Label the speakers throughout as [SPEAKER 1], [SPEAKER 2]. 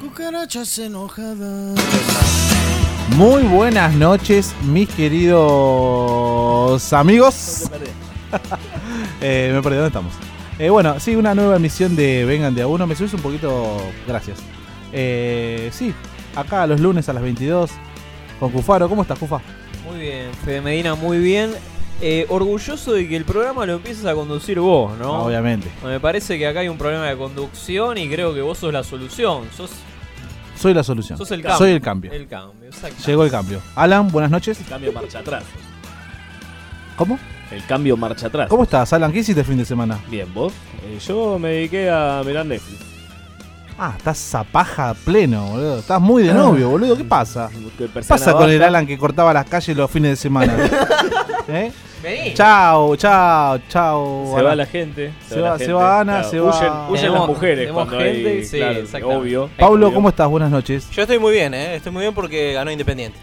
[SPEAKER 1] Cucarachas enojadas.
[SPEAKER 2] Muy buenas noches, mis queridos amigos. Eh, me perdí, ¿dónde estamos? Eh, bueno, sí, una nueva emisión de Vengan de a uno. Me subís un poquito, gracias. Eh, sí, acá los lunes a las 22 con Cufaro. ¿Cómo estás, Cufa?
[SPEAKER 3] Muy bien, Fede Medina, muy bien. Eh, orgulloso de que el programa lo empieces a conducir vos, ¿no?
[SPEAKER 2] Ah, Obviamente.
[SPEAKER 3] Me parece que acá hay un problema de conducción y creo que vos sos la solución. Sos,
[SPEAKER 2] Soy la solución.
[SPEAKER 3] sos el cambio.
[SPEAKER 2] Soy el cambio.
[SPEAKER 3] El cambio, exacto.
[SPEAKER 2] Llegó el cambio. Alan, buenas noches.
[SPEAKER 4] Cambio marcha atrás.
[SPEAKER 2] ¿Cómo?
[SPEAKER 4] El cambio marcha atrás.
[SPEAKER 2] ¿Cómo estás, Alan? ¿Qué hiciste el fin de semana?
[SPEAKER 4] Bien, vos. Eh, yo me dediqué a mirar Netflix.
[SPEAKER 2] Ah, estás zapaja pleno, boludo. Estás muy
[SPEAKER 3] Ah.
[SPEAKER 2] de novio, boludo. ¿Qué pasa?
[SPEAKER 4] Que
[SPEAKER 2] ¿Qué
[SPEAKER 4] persona
[SPEAKER 2] pasa con el
[SPEAKER 4] baja.
[SPEAKER 2] Alan que cortaba las calles los fines de semana? ¿Eh?
[SPEAKER 3] Vení.
[SPEAKER 2] Chao, chao, chao.
[SPEAKER 4] Se va la gente.
[SPEAKER 2] Se va- se va Ana, se va-
[SPEAKER 4] Huyen, huyen
[SPEAKER 3] Tenemos-
[SPEAKER 4] las mujeres
[SPEAKER 3] tenemos
[SPEAKER 4] cuando
[SPEAKER 3] gente,
[SPEAKER 4] hay.
[SPEAKER 3] sí,
[SPEAKER 4] claro,
[SPEAKER 3] exactamente.
[SPEAKER 4] obvio.
[SPEAKER 2] Pablo, ¿cómo estás? Buenas noches.
[SPEAKER 5] Yo estoy muy bien, ¿eh? Estoy muy bien porque ganó Independiente.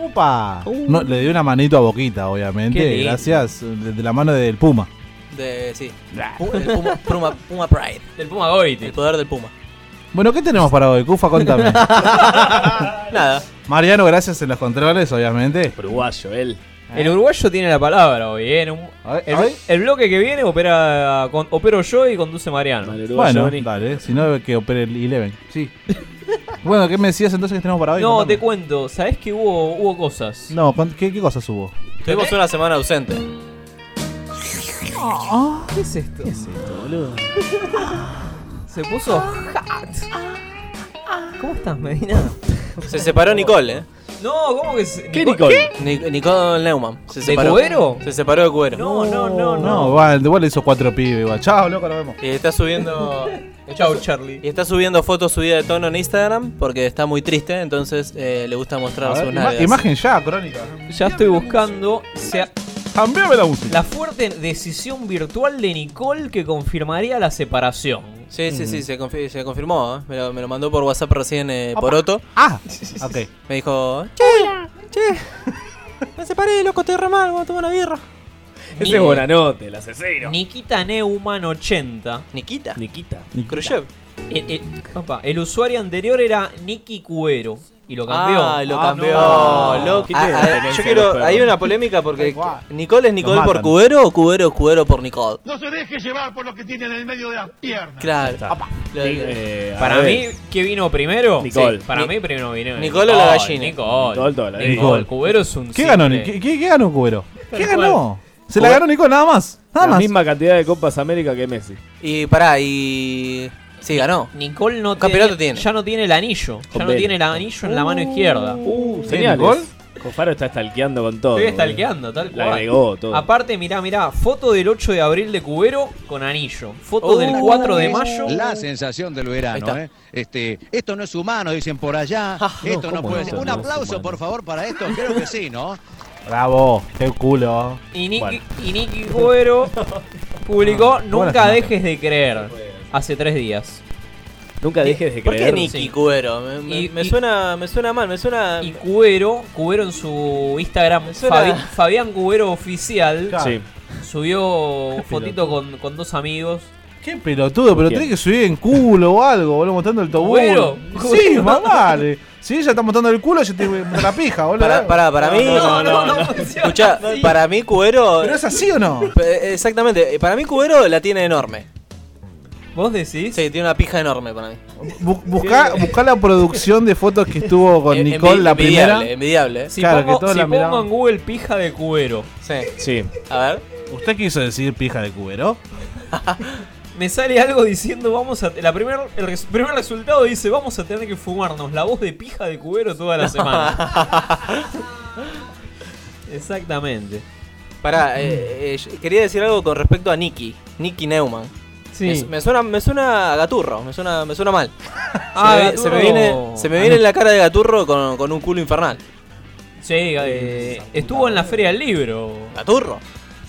[SPEAKER 2] ¡Upa! Uh. No, le dio una manito a Boquita,
[SPEAKER 3] Qué
[SPEAKER 2] obviamente.
[SPEAKER 3] lindo.
[SPEAKER 2] Gracias. De, de la mano del Puma.
[SPEAKER 5] De, sí. Pu- el Puma, Puma- Puma Pride.
[SPEAKER 3] Del Puma Goiti.
[SPEAKER 5] El poder del Puma.
[SPEAKER 2] Bueno, ¿qué tenemos para hoy? Cufa, contame.
[SPEAKER 5] Nada.
[SPEAKER 2] Mariano, gracias en los controles, obviamente.
[SPEAKER 4] Uruguayo, él.
[SPEAKER 3] El uruguayo tiene la palabra hoy, ¿eh? En un-
[SPEAKER 2] A ver,
[SPEAKER 3] el,
[SPEAKER 2] a ver.
[SPEAKER 3] el bloque que viene opera con- opero yo y conduce Mariano.
[SPEAKER 4] Mal uruguayo,
[SPEAKER 2] Bueno,
[SPEAKER 4] vení.
[SPEAKER 2] dale, si no, que opere el Eleven. Sí. bueno, ¿qué me decías entonces que tenemos para hoy?
[SPEAKER 3] No,
[SPEAKER 2] Contame.
[SPEAKER 3] te cuento, ¿sabés que hubo, ¿Eh? hubo cosas?
[SPEAKER 2] No, ¿cuán- ¿qué, qué cosas hubo?
[SPEAKER 5] Tuvimos una semana ausente.
[SPEAKER 3] ¿Qué es esto?
[SPEAKER 4] Boludo.
[SPEAKER 3] Se puso hot. ¿Cómo estás, Medina?
[SPEAKER 5] Se separó Nicole, ¿eh?
[SPEAKER 3] No, ¿cómo que se.?
[SPEAKER 4] ¿Qué, Nicole?
[SPEAKER 5] Ni- Nicole Neumann. Se
[SPEAKER 3] ¿De
[SPEAKER 5] separó.
[SPEAKER 3] Cubero?
[SPEAKER 5] Se separó de Cubero.
[SPEAKER 3] No, no, no,
[SPEAKER 2] No,
[SPEAKER 3] no.
[SPEAKER 2] igual, igual hizo cuatro pibes, igual. Chao, loco, nos vemos.
[SPEAKER 5] Y está subiendo.
[SPEAKER 3] Chau, Oh, Charlie.
[SPEAKER 5] Y está subiendo fotos subida de tono en Instagram porque está muy triste, entonces eh, le gusta
[SPEAKER 2] A
[SPEAKER 5] mostrar
[SPEAKER 2] ver,
[SPEAKER 5] sus
[SPEAKER 2] ima-
[SPEAKER 5] nalgas.
[SPEAKER 2] imagen ya, crónica.
[SPEAKER 3] Ya estoy buscando se ha-
[SPEAKER 2] Cambiame la música.
[SPEAKER 3] la fuerte decisión virtual de Nicole que confirmaría la separación.
[SPEAKER 5] Sí, sí, sí, se, confi- se confirmó. ¿eh? Me, lo, me lo mandó por WhatsApp recién eh, por Otto.
[SPEAKER 2] Ah, ok.
[SPEAKER 5] Me dijo, che, che, me separé, loco, estoy re mal, vamos a tomar una birra.
[SPEAKER 4] Ese es Bonanote, el asesino.
[SPEAKER 3] Nikita Neumann 80.
[SPEAKER 5] Nikita,
[SPEAKER 4] Nikita.
[SPEAKER 5] Khrushchev.
[SPEAKER 3] El, el- papá, eh, el usuario anterior era Nicky Cuero. Y lo cambió.
[SPEAKER 5] Ah, lo
[SPEAKER 2] Ah,
[SPEAKER 5] cambió.
[SPEAKER 2] no.
[SPEAKER 5] loco.
[SPEAKER 4] ¿Qué
[SPEAKER 5] Ah,
[SPEAKER 4] tiene
[SPEAKER 5] ah,
[SPEAKER 4] la tenencia
[SPEAKER 5] yo
[SPEAKER 4] de
[SPEAKER 5] quiero.
[SPEAKER 4] los perros?
[SPEAKER 5] Hay una polémica porque.
[SPEAKER 2] Tal cual.
[SPEAKER 5] ¿Nicole es Nicole
[SPEAKER 2] Lo
[SPEAKER 5] por
[SPEAKER 2] matan.
[SPEAKER 5] Cubero o Cubero es Cubero por Nicole?
[SPEAKER 6] No se deje llevar por lo que tiene en el medio de las piernas.
[SPEAKER 5] Claro.
[SPEAKER 4] Está.
[SPEAKER 5] Lo-
[SPEAKER 4] Eh, a
[SPEAKER 3] Para mí,
[SPEAKER 4] ver,
[SPEAKER 3] ¿qué vino primero?
[SPEAKER 4] Nicole.
[SPEAKER 3] Sí, para
[SPEAKER 5] Ni-
[SPEAKER 3] mí primero vino
[SPEAKER 5] Nicole o la gallina.
[SPEAKER 3] Nicole.
[SPEAKER 4] Nicole toda la vida.
[SPEAKER 3] Nicole. Cubero es un
[SPEAKER 2] ¿Qué ganó,
[SPEAKER 3] simple.
[SPEAKER 2] Ni- ¿Qué, qué- qué ganó Cubero? ¿Qué
[SPEAKER 3] Tal
[SPEAKER 2] ganó? Se la ganó Nico, nada más. Nada
[SPEAKER 4] La
[SPEAKER 2] más.
[SPEAKER 4] misma cantidad de Copas América que Messi.
[SPEAKER 5] Y pará, y. Sí, ganó.
[SPEAKER 3] Nicole no
[SPEAKER 5] Campeonato tiene.
[SPEAKER 3] ya no tiene el anillo. Ya no
[SPEAKER 4] Vela.
[SPEAKER 3] tiene el anillo en la mano izquierda.
[SPEAKER 4] Uh,
[SPEAKER 2] ¿sí,
[SPEAKER 4] señales.
[SPEAKER 2] Nicole?
[SPEAKER 4] Cofaro está stalkeando con todo.
[SPEAKER 3] Estoy
[SPEAKER 4] boludo.
[SPEAKER 3] stalkeando, tal
[SPEAKER 4] La
[SPEAKER 3] cual.
[SPEAKER 4] agregó todo.
[SPEAKER 3] Aparte, mirá, mirá, foto del 8 de abril de Cubero con anillo. Foto del
[SPEAKER 7] Oh, Uh,
[SPEAKER 3] 4 de mayo.
[SPEAKER 8] La sensación del verano,
[SPEAKER 5] Ahí
[SPEAKER 8] ¿eh? Este, esto no es humano, dicen por allá. esto no,
[SPEAKER 4] ¿cómo
[SPEAKER 8] puede
[SPEAKER 4] no?
[SPEAKER 8] ser. Un
[SPEAKER 4] No es
[SPEAKER 8] aplauso,
[SPEAKER 4] humano.
[SPEAKER 8] por favor, para esto. Creo que sí, ¿no?
[SPEAKER 2] Bravo, Oh, qué culo.
[SPEAKER 3] Y Nicky,
[SPEAKER 4] Bueno.
[SPEAKER 3] y Nicky Cuero publicó Nunca
[SPEAKER 2] imágenes.
[SPEAKER 3] dejes de creer. Hace tres días.
[SPEAKER 4] Nunca dejes de
[SPEAKER 5] ¿Por qué
[SPEAKER 4] creer.
[SPEAKER 5] Nicky
[SPEAKER 3] sí.
[SPEAKER 5] Cubero? Me, me-
[SPEAKER 3] Y-
[SPEAKER 5] me
[SPEAKER 3] y-
[SPEAKER 5] suena, me suena mal, me suena.
[SPEAKER 3] Y Cubero, Cubero en su Instagram,
[SPEAKER 5] Ah, suena-
[SPEAKER 3] Fabi- Fabián Cubero Oficial,
[SPEAKER 2] Claro.
[SPEAKER 4] Sí.
[SPEAKER 3] subió fotito con, con dos amigos.
[SPEAKER 2] Qué pelotudo, pero
[SPEAKER 4] ¿Quién?
[SPEAKER 2] tenés que subir en culo o algo, boludo, mostrando el tobón.
[SPEAKER 3] Cubero,
[SPEAKER 2] Sí,
[SPEAKER 3] Cubero.
[SPEAKER 2] más vale. Si ella está mostrando el culo, yo te voy a la pija, boludo.
[SPEAKER 5] Para, para, para mí.
[SPEAKER 3] funciona
[SPEAKER 5] Escucha,
[SPEAKER 3] así.
[SPEAKER 5] para mí Cubero.
[SPEAKER 2] ¿Pero es así o no?
[SPEAKER 5] eh, Exactamente, eh, para mí Cubero la tiene enorme.
[SPEAKER 3] ¿Vos decís?
[SPEAKER 5] Sí, tiene una pija enorme para mí.
[SPEAKER 2] Bu- buscá, buscá la producción de fotos que estuvo con
[SPEAKER 5] En-
[SPEAKER 2] Nicole
[SPEAKER 5] envi-
[SPEAKER 2] la
[SPEAKER 5] Eh, envidiable,
[SPEAKER 2] primera.
[SPEAKER 5] Envidiable, eh.
[SPEAKER 3] Si,
[SPEAKER 2] Claro,
[SPEAKER 3] pongo,
[SPEAKER 2] que todos
[SPEAKER 3] si
[SPEAKER 2] la
[SPEAKER 3] pongo
[SPEAKER 2] miraban.
[SPEAKER 3] en Google pija de Cubero,
[SPEAKER 5] Sí.
[SPEAKER 4] Sí.
[SPEAKER 5] A ver.
[SPEAKER 2] ¿Usted quiso decir pija de cubero?
[SPEAKER 3] me sale algo diciendo vamos a la primer, el res- primer resultado dice vamos a tener que fumarnos la voz de pija de cubero toda la semana. Exactamente.
[SPEAKER 5] Pará, eh, eh, yo quería decir algo con respecto a Nicky. Nicky Neumann.
[SPEAKER 3] Sí.
[SPEAKER 5] Me, me suena, me suena a gaturro, me suena, me suena mal.
[SPEAKER 3] Ah,
[SPEAKER 5] se, me, se
[SPEAKER 3] Gaturro. Ah,
[SPEAKER 5] me viene, se me viene la cara de gaturro con, con un culo infernal.
[SPEAKER 3] Sí, eh, estuvo en la feria del libro.
[SPEAKER 5] ¿Gaturro?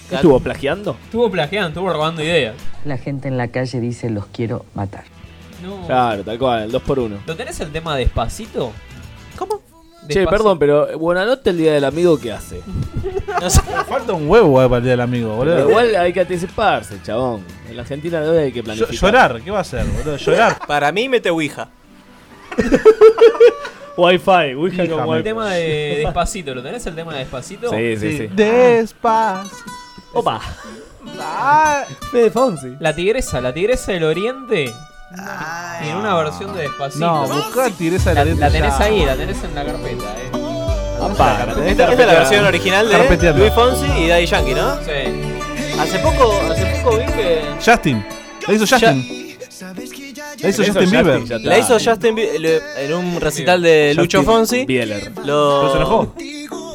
[SPEAKER 4] ¿Qué estuvo plagiando?
[SPEAKER 3] Estuvo plagiando, estuvo robando ideas.
[SPEAKER 9] La gente en la calle dice los quiero matar.
[SPEAKER 3] No.
[SPEAKER 4] Claro, tal cual, el 2x1.
[SPEAKER 3] ¿Lo tenés el tema despacito?
[SPEAKER 5] ¿Cómo?
[SPEAKER 4] Che,
[SPEAKER 3] Despacito.
[SPEAKER 4] perdón, pero Buenanotte el día del amigo, ¿qué hace?
[SPEAKER 5] No sé.
[SPEAKER 2] Falta un huevo eh, para el día del amigo,
[SPEAKER 4] Pero
[SPEAKER 2] boludo.
[SPEAKER 4] igual hay que anticiparse, chabón. En la Argentina de hoy hay que
[SPEAKER 2] Llo-
[SPEAKER 4] planificar.
[SPEAKER 2] llorar, ¿qué va a hacer, boludo? Llorar.
[SPEAKER 5] Para mí mete Ouija.
[SPEAKER 4] Wi-Fi, Ouija con
[SPEAKER 2] Híjame.
[SPEAKER 3] El
[SPEAKER 4] Wi-Fi.
[SPEAKER 3] tema de despacito, ¿lo tenés el tema de despacito?
[SPEAKER 4] Sí, sí, sí.
[SPEAKER 2] Despacio.
[SPEAKER 4] Opa.
[SPEAKER 2] Ah. Fede Fonsi.
[SPEAKER 3] La tigresa, la tigresa del oriente. Tiene una versión de despacito.
[SPEAKER 2] No, buscá Tigresa de
[SPEAKER 3] la,
[SPEAKER 2] la Letra
[SPEAKER 3] la tenés
[SPEAKER 2] ya.
[SPEAKER 3] ahí, la tenés en la carpeta, eh.
[SPEAKER 5] Esta, esta es la versión original de
[SPEAKER 2] Carpeteando.
[SPEAKER 5] Luis Fonsi y Daddy Yankee, ¿no?
[SPEAKER 3] Sí.
[SPEAKER 5] Hace poco, hace poco vi que
[SPEAKER 2] Justin. La hizo Justin. La hizo Justin Bieber.
[SPEAKER 4] ya está.
[SPEAKER 5] la hizo Justin Bie- le- en un recital de
[SPEAKER 4] Justin
[SPEAKER 5] Lucho Fonsi.
[SPEAKER 4] Bieler.
[SPEAKER 5] Lo...
[SPEAKER 2] ¿Pero se enojó?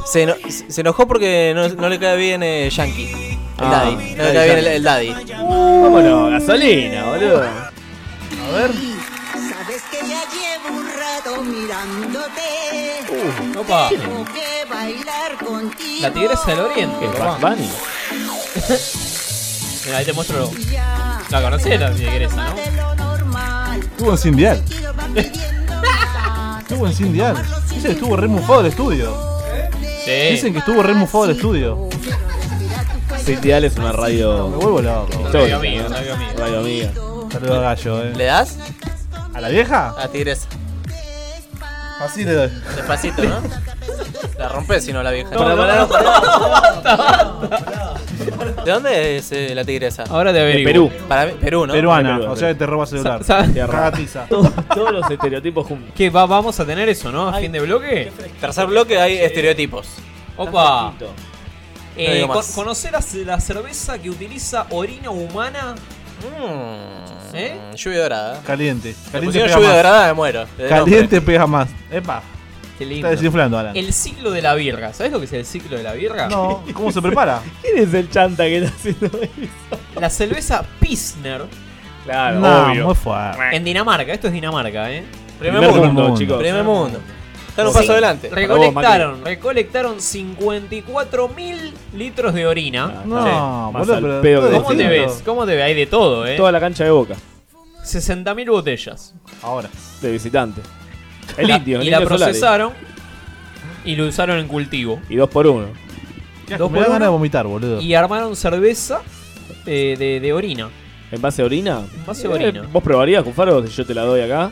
[SPEAKER 5] Se, eno- se- se enojó porque no, no le cae bien eh, Yankee. El
[SPEAKER 4] Ah,
[SPEAKER 5] daddy. No le
[SPEAKER 4] Daddy
[SPEAKER 5] cae bien el,
[SPEAKER 4] Yankee.
[SPEAKER 5] el daddy.
[SPEAKER 4] Vámonos, gasolina, boludo.
[SPEAKER 10] Sabes que ya llevo un rato mirándote.
[SPEAKER 3] Opa.
[SPEAKER 10] Tengo que bailar contigo.
[SPEAKER 3] La tigresa del oriente.
[SPEAKER 4] Bad Bunny.
[SPEAKER 3] Mira, ahí te muestro.
[SPEAKER 10] Ya.
[SPEAKER 3] La conocés la tigresa,
[SPEAKER 10] Más
[SPEAKER 3] ¿no?
[SPEAKER 10] de lo normal.
[SPEAKER 2] Estuvo en Sindial.
[SPEAKER 10] Quiero va pidiendo más.
[SPEAKER 2] Estuvo en Sindial. Ese estuvo re mufado del estudio.
[SPEAKER 3] Sí.
[SPEAKER 2] Dicen que estuvo re mufado del estudio.
[SPEAKER 10] Quiero respirar tu cuello.
[SPEAKER 4] Ideal es una
[SPEAKER 2] Me
[SPEAKER 4] radio.
[SPEAKER 2] vuelvo loco.
[SPEAKER 4] histórica,
[SPEAKER 3] Amigo mío,
[SPEAKER 4] ¿no?
[SPEAKER 3] amigo mío.
[SPEAKER 4] Radio amiga.
[SPEAKER 2] Saludo a Gallo,
[SPEAKER 5] ¿Le
[SPEAKER 2] eh.
[SPEAKER 5] das?
[SPEAKER 2] ¿A la vieja?
[SPEAKER 5] A Tigresa.
[SPEAKER 2] Así le doy.
[SPEAKER 5] Despacito, ¿no? La rompes si no la vieja.
[SPEAKER 3] no, no,
[SPEAKER 5] ¿De dónde es eh, la tigresa?
[SPEAKER 3] Ahora te averiguo.
[SPEAKER 4] Perú.
[SPEAKER 5] Para mí, Perú, ¿no?
[SPEAKER 2] Peruana,
[SPEAKER 4] Perú,
[SPEAKER 2] o sea que te roba celular.
[SPEAKER 3] Sa- sa-
[SPEAKER 2] Caga tiza.
[SPEAKER 4] Todos, todos los estereotipos juntos.
[SPEAKER 3] ¿Qué va, vamos a tener eso, no? ¿A fin de bloque?
[SPEAKER 5] Tercer bloque hay estereotipos.
[SPEAKER 3] Opa. Eh,
[SPEAKER 5] No digo
[SPEAKER 3] con-
[SPEAKER 5] más.
[SPEAKER 3] ¿Conocer la, ce- la cerveza que utiliza orina humana?
[SPEAKER 5] Mmm.
[SPEAKER 3] ¿Eh?
[SPEAKER 5] Lluvia dorada.
[SPEAKER 2] Caliente.
[SPEAKER 5] Me
[SPEAKER 2] Caliente
[SPEAKER 5] pusieron
[SPEAKER 2] pega
[SPEAKER 5] lluvia
[SPEAKER 2] más.
[SPEAKER 5] dorada, me muero. Le doy
[SPEAKER 2] Caliente pega más. Epa,
[SPEAKER 3] Qué lindo.
[SPEAKER 2] está desinflando, Alan.
[SPEAKER 3] El ciclo de la virga. ¿Sabes lo que es el ciclo de la virga?
[SPEAKER 2] No, Ah. ¿cómo se prepara?
[SPEAKER 4] ¿Quién es el chanta que está haciendo eso?
[SPEAKER 3] La cerveza Pilsner
[SPEAKER 4] Claro,
[SPEAKER 2] no,
[SPEAKER 4] obvio.
[SPEAKER 2] muy fuerte.
[SPEAKER 3] en Dinamarca. Esto es Dinamarca, ¿eh?
[SPEAKER 5] Primer
[SPEAKER 4] Primer
[SPEAKER 5] mundo,
[SPEAKER 4] mundo,
[SPEAKER 2] mundo.
[SPEAKER 4] chicos.
[SPEAKER 5] Primer mundo. Están un
[SPEAKER 3] Sí.
[SPEAKER 5] paso adelante.
[SPEAKER 3] Recolectaron, recolectaron 54 mil litros de
[SPEAKER 4] Ah,
[SPEAKER 3] orina.
[SPEAKER 2] No,
[SPEAKER 4] Sí, más
[SPEAKER 2] boludo, pero
[SPEAKER 4] al pedo
[SPEAKER 2] todo
[SPEAKER 4] que
[SPEAKER 3] ¿Cómo te
[SPEAKER 4] decirlo.
[SPEAKER 3] ves? ¿Cómo te ves? Hay de todo, ¿eh?
[SPEAKER 4] Toda la cancha de boca
[SPEAKER 3] 60 mil botellas.
[SPEAKER 2] Ahora.
[SPEAKER 4] de visitante. El
[SPEAKER 3] La-
[SPEAKER 4] indio, el
[SPEAKER 3] Y
[SPEAKER 4] indio
[SPEAKER 3] la
[SPEAKER 4] Solari.
[SPEAKER 3] procesaron y lo usaron en cultivo.
[SPEAKER 4] Y dos por uno.
[SPEAKER 2] ¿Qué asco,
[SPEAKER 3] Dos
[SPEAKER 2] Me
[SPEAKER 3] por
[SPEAKER 2] da ganas de
[SPEAKER 3] uno.
[SPEAKER 2] vomitar, boludo.
[SPEAKER 3] Y armaron cerveza eh, de, de orina.
[SPEAKER 4] ¿En base a orina? Eh,
[SPEAKER 3] En base a orina.
[SPEAKER 4] ¿Vos probarías, Cufaro, si yo te la doy acá?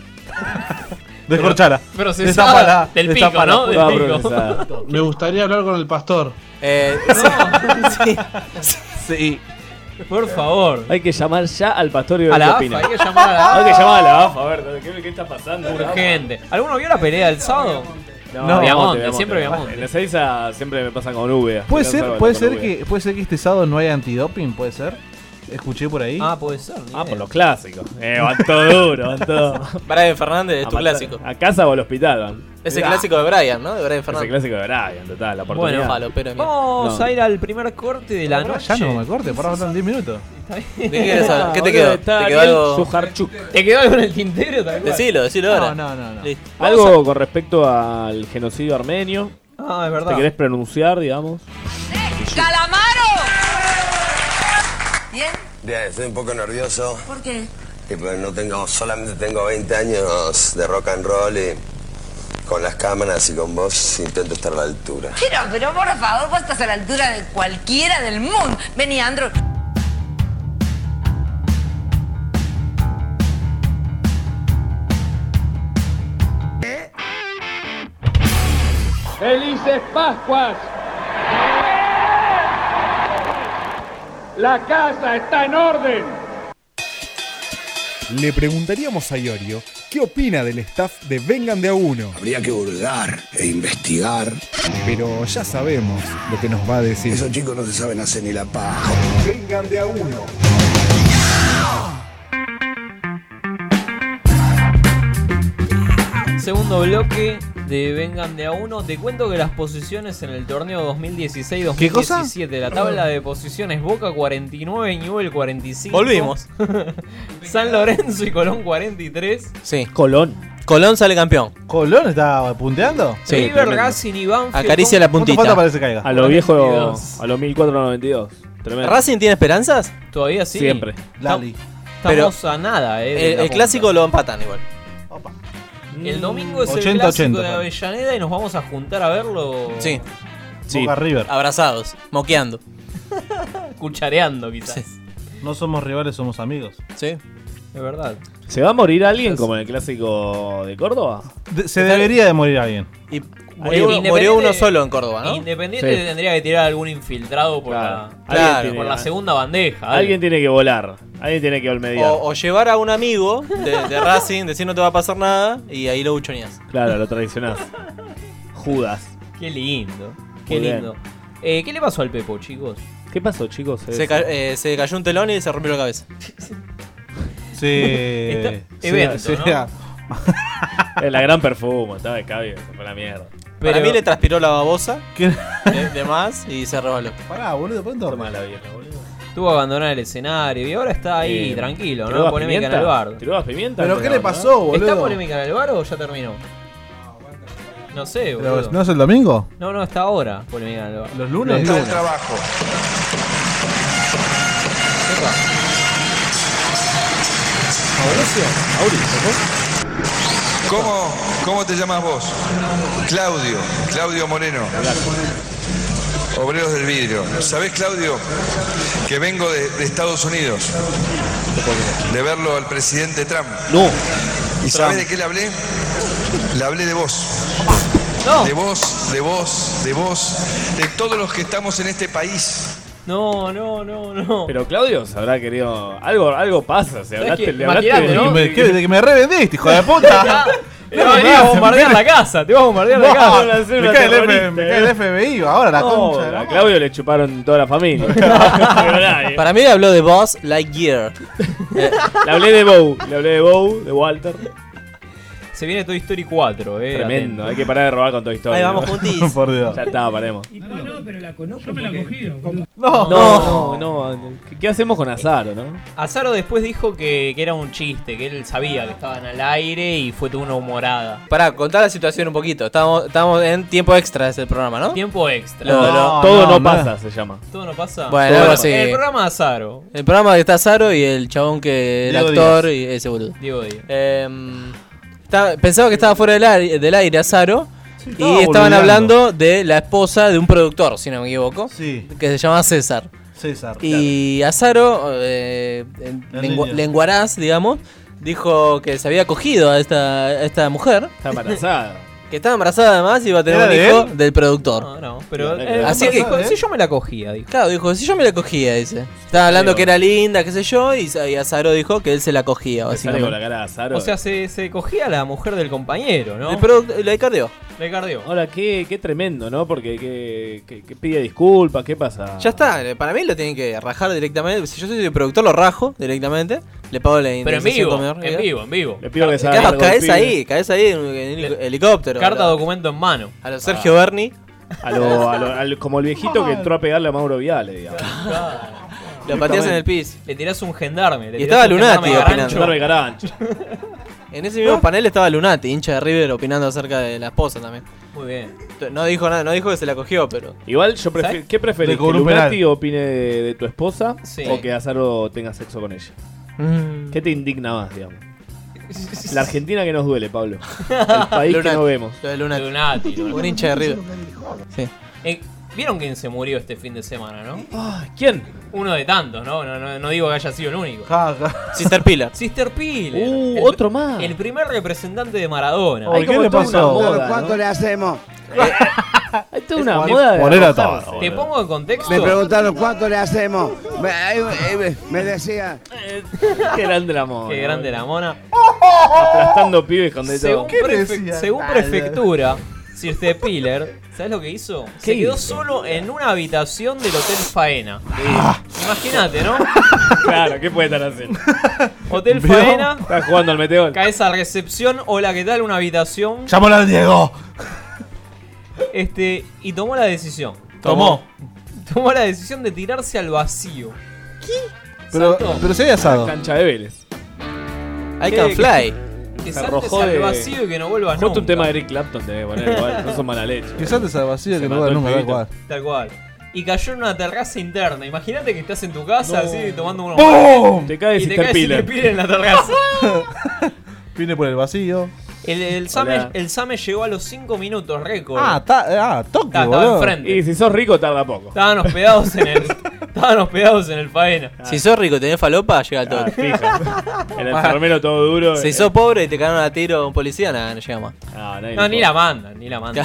[SPEAKER 2] Descorchala.
[SPEAKER 3] Procesada
[SPEAKER 2] Destapala,
[SPEAKER 3] del pico,
[SPEAKER 2] destapala,
[SPEAKER 3] ¿no?
[SPEAKER 4] Toda
[SPEAKER 3] Del pico.
[SPEAKER 4] procesada.
[SPEAKER 1] Me gustaría hablar con el pastor.
[SPEAKER 5] Eh, sí. sí.
[SPEAKER 3] Por favor.
[SPEAKER 4] Hay que llamar ya al pastor y ver
[SPEAKER 3] A
[SPEAKER 4] qué
[SPEAKER 3] la AFA,
[SPEAKER 4] opina.
[SPEAKER 3] hay que llamar a la
[SPEAKER 4] Hay que llamar a la AFA, a ver, ¿qué, qué está pasando?
[SPEAKER 3] AFA. Urgente. ¿Alguno vio la pelea del sábado?
[SPEAKER 4] No,
[SPEAKER 2] No,
[SPEAKER 3] Viamonte, siempre Viamonte.
[SPEAKER 4] En la Seiza siempre me pasan con V.
[SPEAKER 2] ¿Puede
[SPEAKER 4] Me
[SPEAKER 2] ser,
[SPEAKER 4] pasan
[SPEAKER 2] puede,
[SPEAKER 4] con
[SPEAKER 2] ser
[SPEAKER 4] V.
[SPEAKER 2] que, puede ser que este sábado no haya antidoping, puede ser. Escuché por ahí.
[SPEAKER 3] Ah, puede ser. ni
[SPEAKER 4] Ah,
[SPEAKER 3] idea.
[SPEAKER 4] por los clásicos. Eh, van todo duro, van todo.
[SPEAKER 5] Brian Fernández es tu
[SPEAKER 4] A matar-
[SPEAKER 5] clásico.
[SPEAKER 4] A casa o al hospital van.
[SPEAKER 5] Es el clásico de Brian, ¿no? De Brian
[SPEAKER 4] Ah, Ese
[SPEAKER 5] Fernández.
[SPEAKER 4] clásico de Brian, total, la oportunidad.
[SPEAKER 5] Bueno, malo, pero mira.
[SPEAKER 3] Vamos
[SPEAKER 4] No.
[SPEAKER 3] a ir al primer corte de la
[SPEAKER 2] Pará,
[SPEAKER 3] noche.
[SPEAKER 2] ya no me corte, pará, faltan 10 minutos.
[SPEAKER 5] ¿De qué querés
[SPEAKER 3] Ah,
[SPEAKER 5] hablar? ¿Qué te
[SPEAKER 4] Boludo,
[SPEAKER 5] quedó?
[SPEAKER 4] está
[SPEAKER 5] ¿Te quedó
[SPEAKER 4] Ariel
[SPEAKER 5] algo?
[SPEAKER 4] Sujarchuk.
[SPEAKER 3] ¿Te quedó algo en el tintero tal cual?
[SPEAKER 5] Decilo, decilo ahora.
[SPEAKER 2] No, no, no. no.
[SPEAKER 5] Listo.
[SPEAKER 4] Algo con respecto al genocidio armenio.
[SPEAKER 3] Ah, es
[SPEAKER 4] ¿Te
[SPEAKER 3] verdad.
[SPEAKER 4] querés pronunciar, digamos?
[SPEAKER 10] ¡Calamaro! ¿Bien?
[SPEAKER 1] estoy un poco nervioso.
[SPEAKER 10] ¿Por qué?
[SPEAKER 1] Y pues no tengo, solamente tengo 20 años de rock and roll y con las cámaras y con vos intento estar a la altura.
[SPEAKER 10] Pero, pero por favor, vos estás a la altura de cualquiera del mundo. Vení, Andro.
[SPEAKER 1] ¡Felices Pascuas! La casa está en orden.
[SPEAKER 7] Le preguntaríamos a Iorio qué opina del staff de Vengan de a uno.
[SPEAKER 1] Habría que hurgar e investigar.
[SPEAKER 7] Pero ya sabemos lo que nos va a decir.
[SPEAKER 1] Esos chicos no se saben hacer ni la paja.
[SPEAKER 7] Vengan de a uno.
[SPEAKER 3] Segundo bloque de Vengan de a uno. Te cuento que las posiciones en el torneo 2016-2017,
[SPEAKER 2] ¿Qué cosa?
[SPEAKER 3] la tabla de posiciones Boca 49, Newell 45.
[SPEAKER 5] Volvimos.
[SPEAKER 3] San Lorenzo y Colón 43.
[SPEAKER 5] Sí.
[SPEAKER 4] Colón.
[SPEAKER 5] Colón sale campeón.
[SPEAKER 2] ¿Colón está punteando?
[SPEAKER 5] Sí,
[SPEAKER 3] River,
[SPEAKER 5] tremendo.
[SPEAKER 3] Racing y Banfield.
[SPEAKER 5] Acaricia la
[SPEAKER 2] ¿Cuánto
[SPEAKER 5] puntita.
[SPEAKER 2] falta para que se caiga?
[SPEAKER 4] A lo viejo,
[SPEAKER 3] 42.
[SPEAKER 4] a los 1492. Tremendo.
[SPEAKER 5] ¿Racing tiene esperanzas?
[SPEAKER 3] Todavía sí.
[SPEAKER 4] Siempre.
[SPEAKER 2] Lali.
[SPEAKER 3] Estamos a nada, eh. de
[SPEAKER 5] El,
[SPEAKER 3] la
[SPEAKER 5] el
[SPEAKER 3] punta.
[SPEAKER 5] clásico lo empatan igual.
[SPEAKER 3] El domingo es el
[SPEAKER 2] 80-80.
[SPEAKER 3] clásico de Avellaneda y nos vamos a juntar a verlo.
[SPEAKER 5] Sí. Ah.
[SPEAKER 4] Sí.
[SPEAKER 2] Boca River.
[SPEAKER 5] Abrazados, moqueando.
[SPEAKER 3] Cuchareando, quizás.
[SPEAKER 5] Sí.
[SPEAKER 2] No somos rivales, somos amigos.
[SPEAKER 5] Sí.
[SPEAKER 3] De verdad.
[SPEAKER 4] ¿Se va a morir alguien como en el clásico de Córdoba?
[SPEAKER 2] De- se debería de morir alguien.
[SPEAKER 5] Y murió,
[SPEAKER 3] Independiente-
[SPEAKER 5] murió uno solo en Córdoba, ¿no?
[SPEAKER 3] Independiente
[SPEAKER 4] Sí.
[SPEAKER 3] tendría que tirar algún infiltrado por,
[SPEAKER 4] Claro.
[SPEAKER 3] la,
[SPEAKER 4] Alguien
[SPEAKER 5] Claro,
[SPEAKER 4] tiene-
[SPEAKER 3] por la segunda bandeja.
[SPEAKER 4] Alguien tiene que volar. Alguien tiene que olmediar.
[SPEAKER 5] O, o llevar a un amigo de, de Racing, decir no te va a pasar nada, y ahí lo buchoneás.
[SPEAKER 4] Claro, lo traicionás. Judas.
[SPEAKER 3] Qué lindo. Qué
[SPEAKER 4] Muy bien.
[SPEAKER 3] lindo. Eh, ¿Qué le pasó al Pepo, chicos?
[SPEAKER 4] ¿Qué pasó, chicos?
[SPEAKER 5] Se, ca- eh, se cayó un telón y se rompió la cabeza.
[SPEAKER 2] Sí.
[SPEAKER 3] Está- evento, ¿no?
[SPEAKER 4] Es la gran perfumo, estaba de cabio, se fue a la mierda.
[SPEAKER 5] Para mí le transpiró la babosa
[SPEAKER 2] ¿Qué-
[SPEAKER 5] de, de más y se rebaló.
[SPEAKER 2] Pará, boludo, ¿pueden
[SPEAKER 4] Toma
[SPEAKER 2] dormir?
[SPEAKER 4] la vieja, boludo.
[SPEAKER 3] tuvo que abandonar el escenario y ahora está ahí
[SPEAKER 4] Eh,
[SPEAKER 3] tranquilo,
[SPEAKER 4] ¿tiró
[SPEAKER 3] ¿no?
[SPEAKER 4] gas
[SPEAKER 3] Polémica en
[SPEAKER 4] pimienta?
[SPEAKER 3] el bar.
[SPEAKER 4] ¿Tiró gas pimienta?
[SPEAKER 2] ¿Pero
[SPEAKER 4] No,
[SPEAKER 2] qué le
[SPEAKER 4] no.
[SPEAKER 2] pasó, boludo?
[SPEAKER 3] ¿Está polémica en el bar o ya terminó? No sé,
[SPEAKER 2] Pero,
[SPEAKER 3] boludo.
[SPEAKER 2] ¿No es el domingo?
[SPEAKER 3] No, no, está ahora polémica en el bar.
[SPEAKER 2] ¿Los lunes?
[SPEAKER 6] Está el trabajo. ¿Cómo, ¿Cómo te llamas vos? Claudio, Claudio Moreno. Obreros del vidrio. ¿Sabés, Claudio, que vengo de, de Estados Unidos? De verlo al presidente Trump.
[SPEAKER 5] No.
[SPEAKER 6] ¿Y sabés de qué le hablé? Le hablé de vos. De vos, de vos, de vos, de todos los que estamos en este país.
[SPEAKER 3] No, no, no, no.
[SPEAKER 4] Pero Claudio se habrá querido. Algo, algo pasa, se
[SPEAKER 3] ¿Sabés
[SPEAKER 4] hablaste,
[SPEAKER 3] qué?
[SPEAKER 4] le hablaste.
[SPEAKER 3] Maquillate,
[SPEAKER 4] de-
[SPEAKER 3] ¿no?
[SPEAKER 2] Me, ¿qué- de que me revendiste, hijo de puta.
[SPEAKER 3] Te va a venir a bombardear la casa, te vas a bombardear la casa.
[SPEAKER 2] No,
[SPEAKER 4] van a
[SPEAKER 2] me
[SPEAKER 4] hacer una
[SPEAKER 2] cae el
[SPEAKER 4] terrorista,
[SPEAKER 2] F- me cae el FBI, ahora la
[SPEAKER 4] No,
[SPEAKER 2] concha. de la
[SPEAKER 4] a
[SPEAKER 2] madre.
[SPEAKER 4] Claudio le chuparon toda la familia. No veo nadie.
[SPEAKER 5] Para mí le habló de Boss Lightyear.
[SPEAKER 4] le hablé de Bow, le hablé de Bow, de Walter.
[SPEAKER 3] Se viene Toy Story 4, eh.
[SPEAKER 4] Tremendo, hay que parar de robar con toda historia.
[SPEAKER 5] Ahí vamos juntis.
[SPEAKER 2] Por Dios.
[SPEAKER 4] Ya está, paremos.
[SPEAKER 2] No.
[SPEAKER 4] No, no. ¿qué- ¿Qué hacemos con Azaro, no?
[SPEAKER 3] Azaro después dijo que, que era un chiste, que él sabía que estaban al aire y fue toda una humorada.
[SPEAKER 5] Pará, contá la situación un poquito. Estamos, estamos en tiempo extra es el programa, ¿no?
[SPEAKER 3] Tiempo extra.
[SPEAKER 5] No,
[SPEAKER 2] no,
[SPEAKER 4] Todo
[SPEAKER 2] no,
[SPEAKER 4] no,
[SPEAKER 2] no.
[SPEAKER 4] pasa, se llama.
[SPEAKER 3] ¿Todo no pasa?
[SPEAKER 5] Bueno, algo así.
[SPEAKER 3] el programa de Azaro.
[SPEAKER 5] El programa que está Saro y el chabón que. el
[SPEAKER 2] Diego
[SPEAKER 5] actor y ese boludo.
[SPEAKER 3] Diego Díaz.
[SPEAKER 5] Em, estaba- pensaba que estaba fuera del aire, del aire Azaro.
[SPEAKER 2] estaba
[SPEAKER 5] y estaban
[SPEAKER 2] boludeando.
[SPEAKER 5] hablando de la esposa de un productor, si no me equivoco.
[SPEAKER 2] Sí,
[SPEAKER 5] Que se llama César.
[SPEAKER 2] César.
[SPEAKER 5] Y Azaro, eh, en-
[SPEAKER 2] La
[SPEAKER 5] lengua-
[SPEAKER 2] niña.
[SPEAKER 5] lenguaraz, digamos, dijo que se había cogido a esta, a esta mujer,
[SPEAKER 4] Está embarazada.
[SPEAKER 5] que estaba embarazada además y iba a tener
[SPEAKER 2] ¿Era
[SPEAKER 5] un
[SPEAKER 2] de
[SPEAKER 5] hijo
[SPEAKER 2] él? Ah.
[SPEAKER 5] del productor.
[SPEAKER 3] No, no, pero.
[SPEAKER 4] No, no,
[SPEAKER 3] eh,
[SPEAKER 4] no.
[SPEAKER 5] Así
[SPEAKER 3] dijo,
[SPEAKER 5] que-
[SPEAKER 3] dijo, si yo me la cogía, dijo.
[SPEAKER 5] Claro, dijo, si yo me la cogía, dice. Estaba hablando
[SPEAKER 4] Pero-
[SPEAKER 5] que era linda, qué sé yo, y, y Azaro dijo que él se la cogía,
[SPEAKER 4] Sale con la
[SPEAKER 5] básicamente.
[SPEAKER 4] cara de Azaro.
[SPEAKER 3] O sea, se, se cogía a la mujer del compañero, ¿no?
[SPEAKER 5] El produ- la cardió.
[SPEAKER 3] Le cardió.
[SPEAKER 4] Ahora, qué, qué tremendo, ¿no? Porque que, que- que pide disculpas, ¿qué
[SPEAKER 3] Ah.
[SPEAKER 4] pasa?
[SPEAKER 5] Ya está, eh, para mí lo tienen que rajar directamente. Si yo soy el productor, lo rajo directamente. Le pago la
[SPEAKER 3] Pero en
[SPEAKER 5] indemnización
[SPEAKER 3] vivo,
[SPEAKER 5] comedor,
[SPEAKER 3] en
[SPEAKER 5] ¿verdad?
[SPEAKER 3] vivo, en vivo.
[SPEAKER 4] Le pido que se haga
[SPEAKER 5] Claro,
[SPEAKER 4] cargo el
[SPEAKER 5] caes
[SPEAKER 4] pibe.
[SPEAKER 5] ahí, caes ahí en un en un helicóptero.
[SPEAKER 3] Carta
[SPEAKER 5] a lo-
[SPEAKER 3] documento en mano. Ah,
[SPEAKER 5] A los Sergio Berni.
[SPEAKER 4] A lo- a lo- al- como el viejito que entró a pegarle a Mauro Viale, digamos.
[SPEAKER 5] Lo pateas en el piso.
[SPEAKER 3] Le tirás un gendarme. Le
[SPEAKER 5] Y estaba
[SPEAKER 3] tirás un
[SPEAKER 5] Lunati
[SPEAKER 3] gendarme
[SPEAKER 5] opinando.
[SPEAKER 3] gancho.
[SPEAKER 4] Gendarme Garancho.
[SPEAKER 5] En ese
[SPEAKER 3] Ah.
[SPEAKER 5] mismo panel estaba Lunati, hincha de River, opinando acerca de la esposa también.
[SPEAKER 3] Muy bien.
[SPEAKER 5] No dijo nada, no dijo que se la cogió, pero.
[SPEAKER 4] Igual, yo prefi-
[SPEAKER 3] ¿Sabes?
[SPEAKER 4] ¿qué preferís?
[SPEAKER 2] Le
[SPEAKER 4] ¿Que
[SPEAKER 2] cobró un penal.
[SPEAKER 4] Lunati opine de, de tu esposa
[SPEAKER 3] Sí.
[SPEAKER 4] o que Azaro tenga sexo con ella? ¿Qué te indigna más, digamos? La Argentina que nos duele, Pablo. El país que
[SPEAKER 5] Lunati,
[SPEAKER 4] no vemos.
[SPEAKER 5] Lo de Lunati.
[SPEAKER 3] Lunati. Lunati.
[SPEAKER 5] Un hincha de River. Sí.
[SPEAKER 3] Eh, ¿Vieron quién se murió este fin de semana, no?
[SPEAKER 4] Ah, ¿Quién?
[SPEAKER 3] Uno de tantos, ¿no? No, no, no digo que haya sido el único.
[SPEAKER 2] Ja, ja.
[SPEAKER 5] Sister Pilar.
[SPEAKER 3] Sister Piller.
[SPEAKER 4] Uh,
[SPEAKER 3] el-
[SPEAKER 4] otro más.
[SPEAKER 3] El primer representante de Maradona.
[SPEAKER 4] Ay,
[SPEAKER 2] ¿Qué le
[SPEAKER 4] toda una
[SPEAKER 2] pasó?
[SPEAKER 4] moda,
[SPEAKER 11] ¿Cuánto
[SPEAKER 4] ¿no?
[SPEAKER 11] le hacemos?
[SPEAKER 4] Hay toda una
[SPEAKER 2] Poner-
[SPEAKER 4] moda de
[SPEAKER 2] poner a
[SPEAKER 4] arrojarse.
[SPEAKER 2] todo.
[SPEAKER 3] Te pongo en contexto.
[SPEAKER 11] Me preguntaron cuánto le hacemos. Me, eh, eh, me decía,
[SPEAKER 4] Qué grande la moda.
[SPEAKER 3] Qué grande la mona.
[SPEAKER 4] Aplastando pibes con de todo.
[SPEAKER 3] Según, prefe-
[SPEAKER 2] decía?
[SPEAKER 3] según prefectura, Sir The Pillar, ¿sabes lo que hizo?
[SPEAKER 4] ¿Qué
[SPEAKER 3] Se quedó
[SPEAKER 4] hizo?
[SPEAKER 3] solo en una habitación del Hotel Faena.
[SPEAKER 4] Ah.
[SPEAKER 3] Eh, Imagínate, ¿no?
[SPEAKER 4] Claro, ¿qué puede estar haciendo?
[SPEAKER 3] Hotel
[SPEAKER 4] ¿Vio?
[SPEAKER 3] Faena.
[SPEAKER 4] Está jugando al meteor.
[SPEAKER 3] Caes a recepción, hola, ¿qué tal? Una habitación.
[SPEAKER 2] ¡Llámalo al Diego!
[SPEAKER 3] Este, y tomó la decisión.
[SPEAKER 2] Tomó.
[SPEAKER 3] Tomó la decisión de tirarse al vacío.
[SPEAKER 2] Pero,
[SPEAKER 3] Saltó.
[SPEAKER 2] pero si hay asado.
[SPEAKER 4] Cancha de Vélez.
[SPEAKER 3] I
[SPEAKER 4] can fly.
[SPEAKER 3] Que,
[SPEAKER 4] Se
[SPEAKER 3] saltes
[SPEAKER 4] arrojó
[SPEAKER 3] al
[SPEAKER 4] de-
[SPEAKER 3] vacío y que no vuelvas
[SPEAKER 4] Justo
[SPEAKER 3] nunca.
[SPEAKER 4] un tema de Eric Clapton te voy a poner igual, no son mala leche.
[SPEAKER 2] Que saltes al vacío
[SPEAKER 4] Se
[SPEAKER 2] que no vuelvas
[SPEAKER 4] mató el
[SPEAKER 2] nunca, da
[SPEAKER 4] pibito.
[SPEAKER 2] igual.
[SPEAKER 3] Tal cual. Y cayó en una terraza interna. Imagínate que estás en tu casa así tomando unos.
[SPEAKER 2] ¡Bum!
[SPEAKER 3] mates
[SPEAKER 4] Te cae
[SPEAKER 3] y te
[SPEAKER 4] Sir
[SPEAKER 3] cae
[SPEAKER 4] Pillar.
[SPEAKER 3] Sir Pillar en la terraza.
[SPEAKER 2] Viene por el vacío.
[SPEAKER 3] El, el, Same,
[SPEAKER 4] Hola.
[SPEAKER 3] el Same llegó a los 5 minutos, récord.
[SPEAKER 2] Ah, está, ah, toque,
[SPEAKER 3] Está- estaba
[SPEAKER 2] boludo.
[SPEAKER 3] enfrente.
[SPEAKER 4] Y si sos rico, tarda poco.
[SPEAKER 3] Estaban hospedados en el. estaban hospedados en el faena.
[SPEAKER 5] Si sos rico y tenés falopa, llega al
[SPEAKER 4] Ah,
[SPEAKER 5] toque.
[SPEAKER 4] fija. El enfermero todo duro.
[SPEAKER 5] Si
[SPEAKER 4] eh.
[SPEAKER 5] sos pobre y te cagaron a tiro a un policía, nada, no llega más.
[SPEAKER 4] Ah, nadie
[SPEAKER 3] No,
[SPEAKER 4] le
[SPEAKER 3] ni
[SPEAKER 4] importa.
[SPEAKER 3] la mandan, ni la mandan.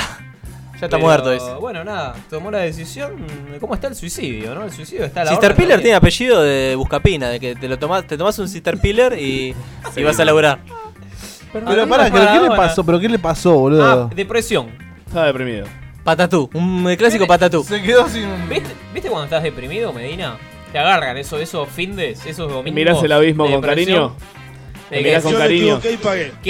[SPEAKER 5] Ya está muerto, dice.
[SPEAKER 3] Bueno, nada, tomó la decisión. de ¿Cómo está el suicidio, no? El suicidio está a la
[SPEAKER 5] Sister
[SPEAKER 3] orden
[SPEAKER 5] Pillar
[SPEAKER 3] del
[SPEAKER 5] tiene
[SPEAKER 3] día.
[SPEAKER 5] apellido de buscapina, de que te lo tomás, te tomás un Sister Pillar y, y vas a laburar.
[SPEAKER 2] Pero pará, ¿pero ¿qué le pasó? ¿Pero qué le pasó,
[SPEAKER 3] Ah,
[SPEAKER 2] boludo?
[SPEAKER 3] depresión.
[SPEAKER 4] Estaba deprimido.
[SPEAKER 5] Patatú, un clásico patatú.
[SPEAKER 2] Se quedó sin.
[SPEAKER 3] ¿Viste, viste cuando estás deprimido, Medina? Te agarran eso, esos findes, esos domingos.
[SPEAKER 4] ¿Mirás el abismo
[SPEAKER 3] de
[SPEAKER 4] con
[SPEAKER 3] depresión,
[SPEAKER 4] cariño?
[SPEAKER 3] de
[SPEAKER 4] mirás
[SPEAKER 3] que-
[SPEAKER 4] con cariño.
[SPEAKER 3] Qué